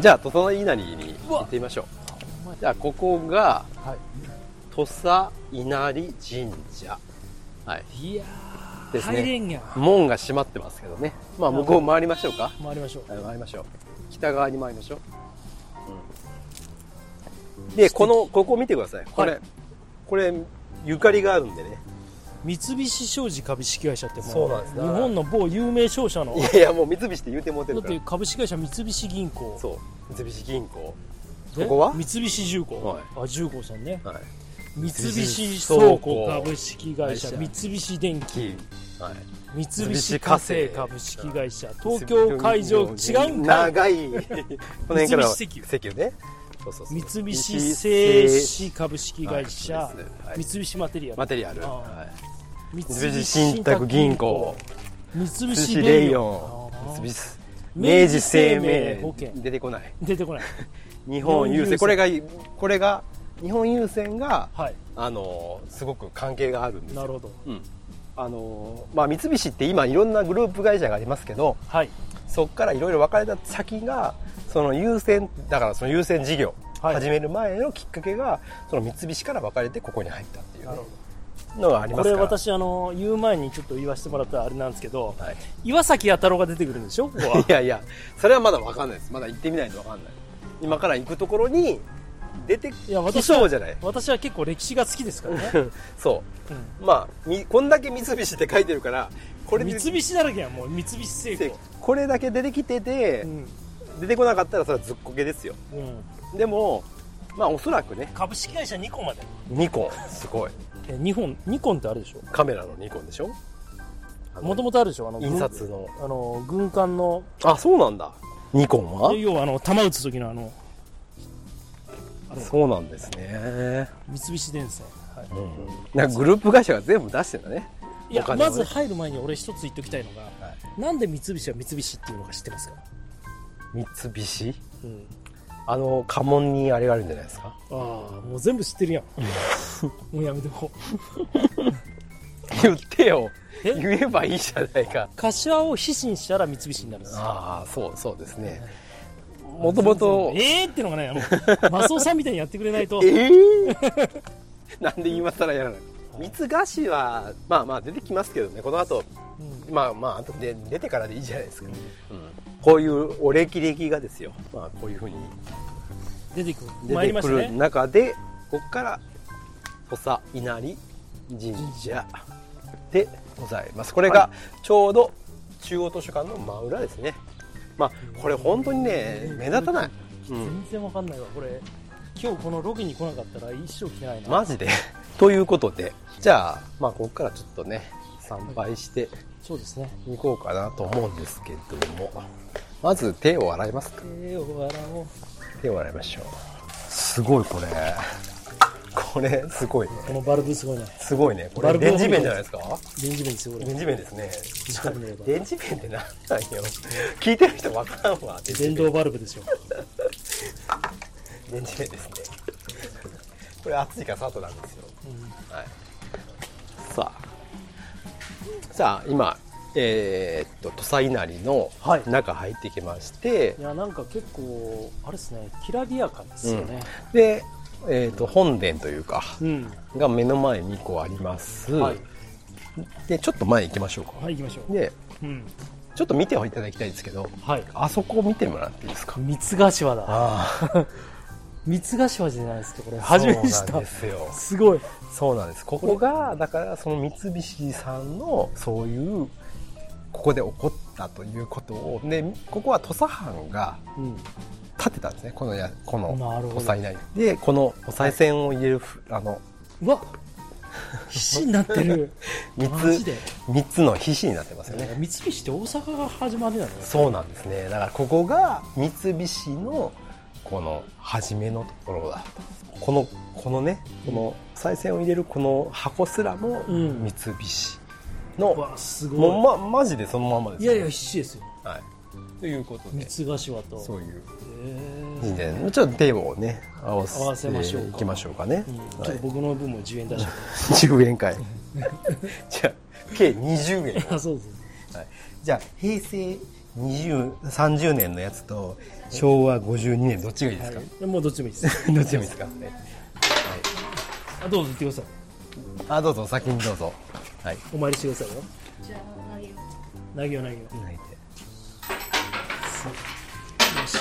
S1: じゃあ土佐稲荷に行ってみましょうじゃあここが、土佐稲荷神社はい
S4: いやー
S1: ですね
S4: 入れんやん
S1: 門が閉まってますけどねまあ向こう回りましょうか
S4: 回りましょう
S1: はい回りましょう北側に回りましょう、でこのここ見てくださいこれ、
S4: はい
S1: これゆかりがあるんでね
S4: 三菱商事株式会社っても
S1: そうなんですね
S4: 日本の某有名商社の
S1: いやいやもう三菱って言うてもうてる
S4: だっ
S1: から
S4: て株式会社三菱銀行
S1: そう三菱銀行
S4: で
S1: ここは
S4: 三菱重工、
S1: はい
S4: あ重工さんね
S1: はい
S4: 三菱
S1: 菱
S4: 倉
S1: 倉
S4: 庫
S1: 庫
S4: 株式会社三
S1: 会社
S4: 菱電機
S1: 金はい三
S4: 三菱
S1: 菱
S4: 火
S1: 火
S4: 星
S1: 星
S4: 株式会社東京海上違うんかい
S1: 長いこの辺からは
S4: 三菱石油
S1: ねそうそうそう
S4: 三菱製紙株式会社、
S1: はいそうですはい
S4: 三菱マテリアル
S1: マテリアル、
S4: あー
S1: はい、
S4: 三
S1: 三菱信託銀行
S4: 三
S1: 三
S4: 菱
S1: 菱
S4: レ
S1: レ
S4: イ
S1: イ
S4: ヨ
S1: オ
S4: ン
S1: ン三菱
S4: 明
S1: 明
S4: 治
S1: 治
S4: 生
S1: 生
S4: 命
S1: 命
S4: 保険
S1: 出てこない
S4: 出てこない
S1: 日本郵
S4: 日本郵船
S1: 船これがこれが日本郵船が
S4: はい
S1: あのすごく関係があるんですよ
S4: なるほど
S1: うんあのまあ、三菱って今いろんなグループ会社がありますけど
S4: はい
S1: そこからいろいろ分かれた先がその優先だからその優先事業
S4: はい
S1: 始める前のきっかけがその三菱から分かれてここに入ったっていうね、のがありま
S4: こ
S1: す
S4: れ
S1: から
S4: 私あの言う前にちょっと言わせてもらったあれなんですけど、
S1: はい
S4: 岩崎弥太郎が出てくるんでしょここ は
S1: いやいやそれはまだ分かんないですまだ行ってみないと分かんない今から行くところに出て
S4: いや
S1: き
S4: 私は
S1: そうじゃない
S4: 私は結構歴史が好きですからね
S1: そう、まあみこんだけ三菱って書いてるからこれ
S4: 三
S1: で
S4: 菱だらけやんもう三菱製鋼
S1: これだけ出てきてて、
S4: うん
S1: 出てこなかったらそれはずっこけですよ
S4: うん、
S1: でもまあおそらくね
S4: 株式会社ニコンまで
S1: ニコンすごい
S4: えニコンニコンってあるでしょ
S1: カメラのニコンでしょ
S4: もともとあるでしょあの
S1: 印刷の
S4: 軍あの軍艦の
S1: あそうなんだニコンは
S4: 要はあの弾撃つ時のあの
S1: そうなんですね、
S4: 三菱電線、はい
S1: なんかグループ会社が全部出してんだね
S4: いや、
S1: お金を
S4: ま
S1: ね
S4: ず入る前に俺一つ言っときたいのが、
S1: は
S4: なんで三菱は三菱っていうのか知ってますか、
S1: 三菱
S4: うん、
S1: あの家紋にあれがあるんじゃないですか
S4: ああもう全部知ってるやんもうやめてこう
S1: 言ってよ
S4: え
S1: 言えばいいじゃないか
S4: 柏を飛信したら三菱になるんですよ
S1: ああそうそうですねもともと
S4: えーってのがねあ のマスオさんみたいにやってくれないと
S1: ええなんで今更やらない三つ菓子はまあまあ出てきますけどねこの後、まあまあ後で出てからでいいじゃないですか、うんこういうお歴々がですよ、まあ、こういうふうに
S4: 出てくる参
S1: 出
S4: りま
S1: て
S4: し
S1: く
S4: た
S1: る
S4: ね
S1: 中で、ここから土佐稲荷神社でございますこれがちょうど中央図書館の真裏ですねまあこれ本当にね目立たない、うん、
S4: 全然わかんないわこれ今日このロケに来なかったら一生来てないな、
S1: マジで ということでじゃあまあここからちょっとね参拝して
S4: そうですね
S1: いこうかなと思うんですけどもまず手を洗いますか
S4: 手を洗おう
S1: 手を洗いましょうすごいこれこれすごいね
S4: このバルブすごいね
S1: すごいねこ
S4: バ
S1: れ
S4: ルブを
S1: 電
S4: 見る
S1: 磁弁じゃないですか
S4: 電磁弁すごい
S1: 電
S4: ね
S1: 磁弁ですね
S4: 近くにいれば
S1: 電磁弁ってなんなんよ聞いてる人わからんわ
S4: 電動バルブですよ
S1: 電池面ですね これ熱いからサートなんですよ、はい、さあさあ今えーっと土佐稲荷の
S4: はい
S1: 中入ってきまして、
S4: いやなんか結構あれですねきらびやかですよね
S1: で、えーっと本殿というか
S4: うん、
S1: が目の前にこうあります、
S4: はい
S1: でちょっと前行きましょうか、
S4: はい行きましょう、
S1: で
S4: うん、
S1: ちょっと見ていただきたいんですけど
S4: はい
S1: あそこを見てもらっていいですか
S4: 三つ柏だ
S1: ああ
S4: 三つ柏じゃないですかこれ初めて知っ
S1: そうなん
S4: た
S1: ですよ
S4: すごい
S1: そうなんです。ここが、だからその三菱さんのそういう、ここで起こったということを、で、ここは土佐藩が
S4: うん
S1: 建てたんですね、このや、この
S4: なる
S1: お
S4: ほど
S1: 賽銭で、このお賽銭を入れるふ、あの、
S4: うわ必死になって る
S1: 三
S4: マジ
S1: つ
S4: で、
S1: 三つの皮脂になってますよね。
S4: 三菱って大阪が始まりなのね
S1: そうなんですね。だからここが三菱の、この、初めのところだと。この、このね、この、賽銭を入れるこの箱すらも、
S4: うん
S1: 三菱の、
S4: うわす
S1: も
S4: ご
S1: う
S4: い、
S1: ま、マジでそのままです
S4: い
S1: よ
S4: や
S1: ね、
S4: いや必死ですよ
S1: はい。ということ
S4: 三
S1: で、
S4: つ柏と
S1: そういう
S4: え
S1: 神社のちょっと手をね、合わせ
S4: 合わせましょうか
S1: いきましょうかね。
S4: うん、ち
S1: は
S4: ょっと
S1: い、
S4: 僕の分も10円出し
S1: 10円会。 じゃあ、計20円。
S4: た あそうです
S1: じゃあ、平成20、30年のやつと、昭和52年、どっちがいいですか、
S4: はい、もうどっちでもいいです
S1: どっちがいいですか、はい、
S4: あどうぞ言ってください
S1: あ、どうぞ、先にどうぞ。はい。
S4: お参りしてくださいよじゃあ投げよう投げよう
S1: 泣いて
S4: よっし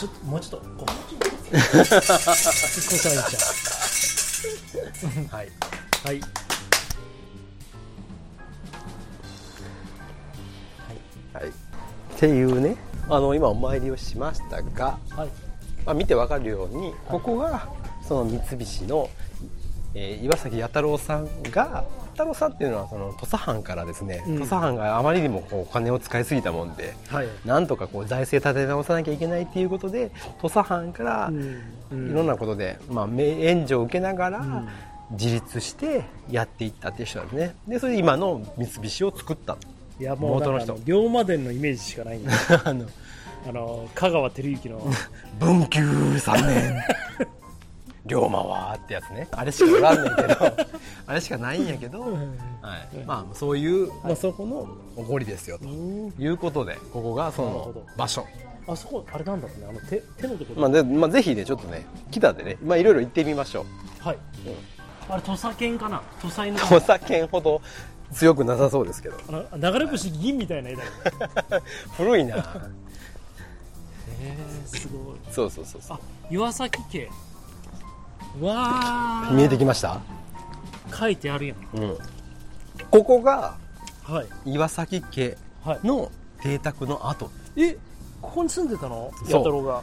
S4: ゃもうちょっともうちょっと こう小さいち
S1: はい。
S4: ゃんはい
S1: はい。っていうね、あの、今お参りをしましたが、
S4: はい
S1: まあ、見てわかるようにここがその三菱の、えー岩崎弥太郎さんが弥太郎さんっていうのはその土佐藩からですね、
S4: うん
S1: 土佐藩があまりにもこうお金を使いすぎたもんで
S4: はい
S1: なんとかこう財政立て直さなきゃいけないっていうことで土佐藩から
S4: う
S1: い
S4: んうん
S1: ろんなことで、まあ、め援助を受けながら、
S4: ん
S1: 自立してやっていったっていう人なんですねでそれで今の三菱を作った
S4: いやもう
S1: 元の
S4: なん
S1: 人
S4: かあの龍馬伝のイメージしかないんで
S1: あの
S4: あの香川照之 の
S1: 文久3年 龍馬はってやつねあれしかおらんねんけど あれしかないんやけど、はいまあ、そういう、まあ、そこのおごりですよということでここがそ
S4: なるほど
S1: の場所、
S4: あそこあれなんだろうねあの手手のところ、
S1: まあでまあ、ぜひねちょっとね北でねまあいろいろ行ってみましょう
S4: はい、あれ土佐犬かな土佐犬
S1: 土佐犬ほど強くなさそうですけど
S4: あの流れ星銀みたいな絵だよね
S1: 古いな
S4: えー、すごい
S1: そうそうそうそう
S4: あ岩崎家わー
S1: 見えてきました、
S4: 書いてあるやん
S1: うん、ここが
S4: はい
S1: 岩崎家
S4: はい
S1: の邸宅の跡
S4: えここに住んでたの
S1: そう
S4: 弥太郎が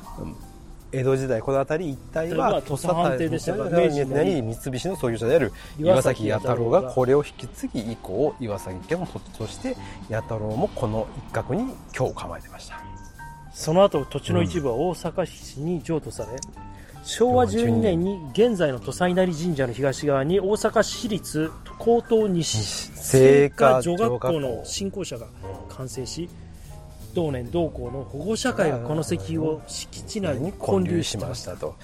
S1: 江戸時代この辺り一帯は
S4: 土佐藩邸でしたから
S1: 明治になり三菱の創業者である岩崎弥太郎がこれを引き継ぎ以降岩崎家も卒として弥太郎もこの一角に今日構えてました
S4: その後土地の一部は大阪市に譲渡され、昭和12年に現在の土佐稲荷神社の東側に大阪市立高等西
S1: 聖
S4: 聖
S1: 火
S4: 火
S1: 女
S4: 女
S1: 学
S4: 学
S1: 校
S4: 校
S1: の
S4: の振興者が完成し同年同校の保護者会がこの石碑を敷地内に
S1: に建
S4: 建
S1: 立
S4: 立
S1: し
S4: し
S1: ま
S4: ま
S1: し
S4: したた
S1: と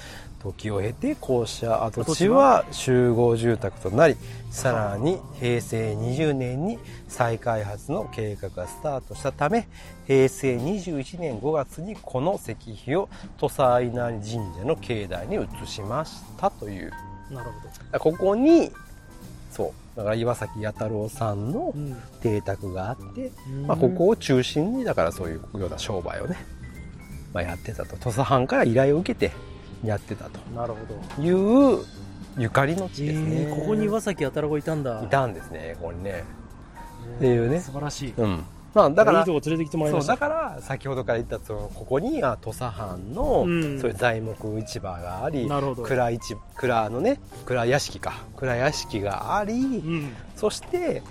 S1: 時を経て校舎跡地は集合住宅となりさらに平成20年に再開発の計画がスタートしたため平成21年5月にこの石碑を土佐稲荷神社の境内に移しましたという
S4: なるほど、
S1: ここにそうだから岩崎弥太郎さんの
S4: うん
S1: 邸宅があって、まあ、ここを中心にだからそういうような商売をね、まあ、やってたと土佐藩から依頼を受けてやってたと
S4: なるほど、
S1: いうゆかりの地
S4: え
S1: ですね、
S4: ーここに岩崎弥太郎がいたんだ
S1: いたんですねここにねっていうね
S4: 素晴らしい
S1: うんまあだか
S4: い
S1: ら
S4: いとこ連れてきてもらい
S1: そ
S4: ま
S1: う
S4: し
S1: だ
S4: た
S1: から先ほどから言ったそのここにあ土佐藩の
S4: う
S1: そうんいう材木市場があり、
S4: なるほど
S1: 蔵市蔵のね蔵屋敷か蔵屋敷があり、
S4: うん
S1: そして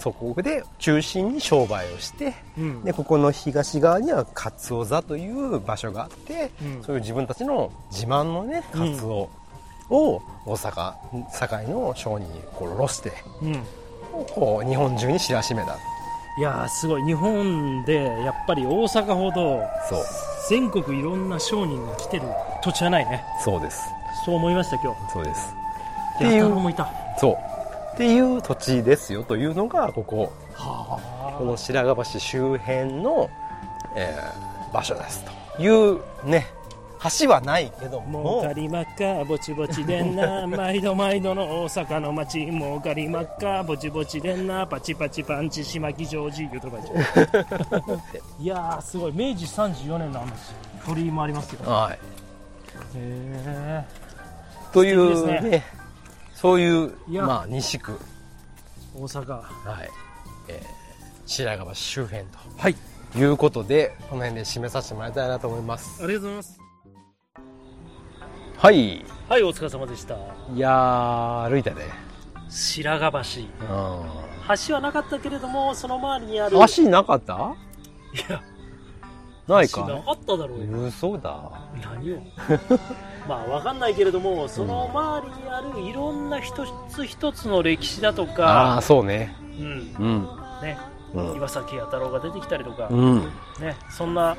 S1: そこで中心に商売をして
S4: うん
S1: でここの東側にはカツオ座という場所があって、
S4: うん
S1: そういう自分たちの自慢のねカツオを大阪堺の商人にこう卸して
S4: うん
S1: こう日本中に知らしめた
S4: いやーすごい日本でやっぱり大阪ほど
S1: そう
S4: 全国いろんな商人が来てる土地はないね
S1: そうです
S4: そう思いました今
S1: そうです
S4: 日
S1: ってい
S4: や
S1: う
S4: たらもいた
S1: そうっていう土地ですよというのがこここの白髪橋周辺の、えー場所ですというね橋はないけど
S4: 儲か
S1: も
S4: りまっかぼちぼちでんな毎度毎度の大阪の街儲かりまっかぼちぼちでんなパチパチパンチしまきジョージ言うとか言っちゃういやーすごい明治34年の話鳥居もありますけどへ
S1: はい
S4: え
S1: とい
S4: 素
S1: う
S4: 敵で
S1: ね
S4: す
S1: そういう
S4: いや
S1: まあ西区、
S4: 大阪
S1: はいえー白髪橋周辺と
S4: はい
S1: いうことでこの辺で締めさせてもらいたいなと思います
S4: ありがとうございます
S1: はいい
S4: はいお疲れ様でした
S1: やー歩いたね
S4: 白髪橋
S1: う
S4: 橋はなかったけれどもその周りにある
S1: ん足なかった
S4: いや
S1: ない
S4: 橋な
S1: か
S4: かっただろうよ
S1: 嘘だ
S4: 何を まあわかんないけれどもその周りにあるいろんな一つ一つの歴史だと
S1: ああ
S4: か、
S1: ーそうね
S4: うん
S1: うん
S4: ね
S1: うん
S4: 岩崎弥太郎が出てきたりとか、
S1: うん
S4: ね、そんな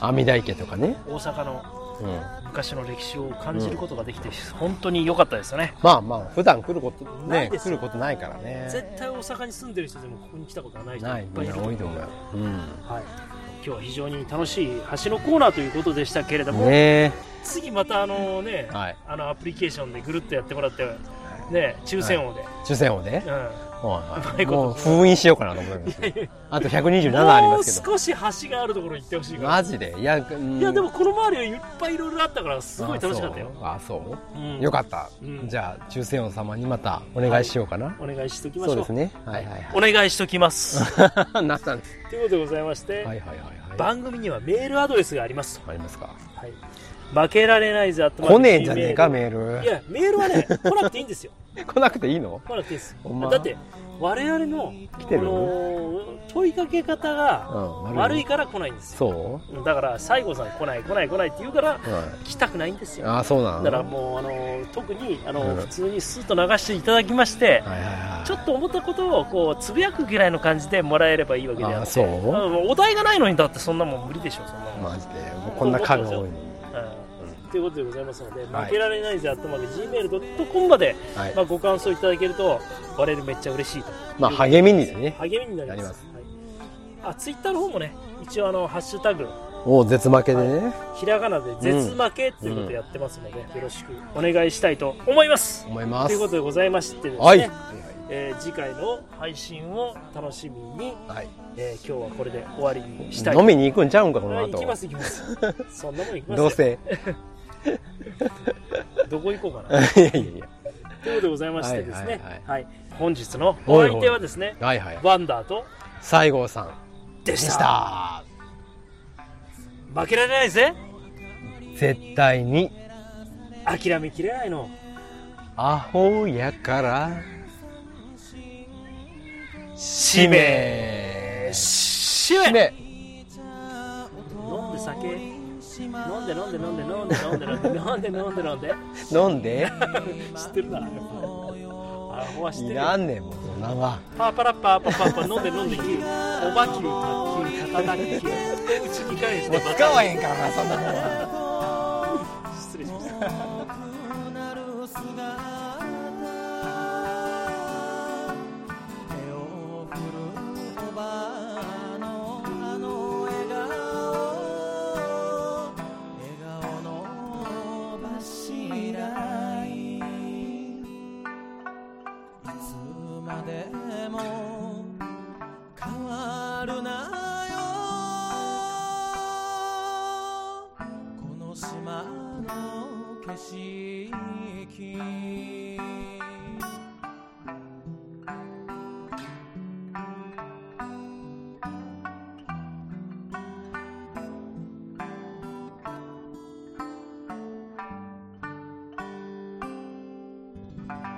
S1: 阿弥陀池とかね、
S4: 大阪の
S1: うん、
S4: 昔の歴史を感じることができて、本当に良かったですよね
S1: まあまあ普段来ること
S4: ない
S1: ね
S4: で
S1: 来
S4: すよ
S1: ることないからね
S4: 絶対大阪に住んでる人でもここに来たことがない人
S1: ないい
S4: っ
S1: み
S4: ぱ
S1: ん
S4: いい
S1: な
S4: ると
S1: 多
S4: 思
S1: いうと思うよ、
S4: はい、今日は非常に楽しい橋のコーナーということでしたけれど
S1: うん、
S4: も、
S1: ね
S4: 次またあのね、
S1: はい
S4: あのアプリケーションでぐるっとやってもらって、ね、抽選王で、
S1: 抽選をね、
S4: うん、
S1: は
S4: ま
S1: い、
S4: いこと
S1: もう封印しようかなと思いますけ どあと127ありますけ
S4: もう少し橋があるところに行ってほしい
S1: ど
S4: から、
S1: マジでいや,うん、
S4: いやでもこの周りはいっぱいいろいろあったからすごい楽しかったよ
S1: あそうあそう、
S4: うん
S1: よかった、
S4: うん
S1: じゃあ抽選王様にまたお願いしようかな、
S4: お願いしときましょ
S1: そう
S4: う
S1: ですねはいはい
S4: お願いしときます
S1: はい なったんです
S4: ということでございまして、
S1: はいはいはいはい
S4: 番組にはメールアドレスがありますと、
S1: ありますか
S4: はい、負けられないぜ
S1: 来ねえんじゃねえかメー
S4: いやメールはね来なくていいんですよ
S1: ル来なくていいの
S4: 来なくていいです
S1: ほんま
S4: だって我々の
S1: 来て
S4: こ
S1: る
S4: の問いかけ方
S1: う
S4: が
S1: ん
S4: 悪いから来ないんですよ
S1: そ
S4: だから西郷さん来ない来ない来ないって言うから
S1: う、はい
S4: 来たくないんですよ
S1: ああそうなの
S4: だからもうあの特にあの、
S1: うん
S4: 普通にスーッと流していただきまして、
S1: はいはいはい
S4: ちょっと思ったことをこうつぶやくぐらいの感じでもらえればいいわけであ
S1: あ
S4: って
S1: そう
S4: うんお題がないのにだってそんなもん無理でしょそんなもん、
S1: マジでもうこんな家が多いのに
S4: うんということでございますので、
S1: はい
S4: 負けられないぜ、あとまで gmail.com まで、
S1: はい
S4: まあ、ご感想いただけると、我々めっちゃ嬉しいと。
S1: まあ励みにね
S4: 励みになります。はい、あ、ツイッターの方もね、一応あの、ハッシュタグ、
S1: もう絶負けでね
S4: ひらがなで絶負けということをやってますので、よろしくお願いしたいと思います。
S1: 思いま
S4: とい
S1: す
S4: うことでございましてですね、
S1: はい
S4: えー次回の配信を楽しみに、
S1: はい
S4: えー今日はこれで終わりにしたいと
S1: 飲みに行くんちゃうんかこの
S4: はい
S1: 後
S4: 行きます行きます。 そんなもん行きますよ。
S1: どうせ
S4: どこ行こうかな。
S1: い やいやいや
S4: ということでございましてですね、
S1: はいはい
S4: はい本日のお相手はですね、
S1: はいはい
S4: ワンダーと
S1: 西郷さん
S4: で
S1: で
S4: した。
S1: した
S4: 負けられないぜ
S1: 絶対に
S4: 諦めきれないの。
S1: アホやからしめ
S4: し
S1: し
S4: め
S1: め
S4: 飲んで酒、飲んで飲んで飲んで飲んで飲んで飲んで飲んで飲んで飲んで。
S1: 飲んで
S4: 知ってるな。アホは知っ
S1: い
S4: てるよ。
S1: らんねんもうそんなんは
S4: パーパラッパーパーパーパー飲んで飲んでいい。おばきゅう、卓球、肩卓球、おうちに返し
S1: も
S4: て
S1: う使わへんからなそんなもんは
S4: 失礼しました。
S7: 「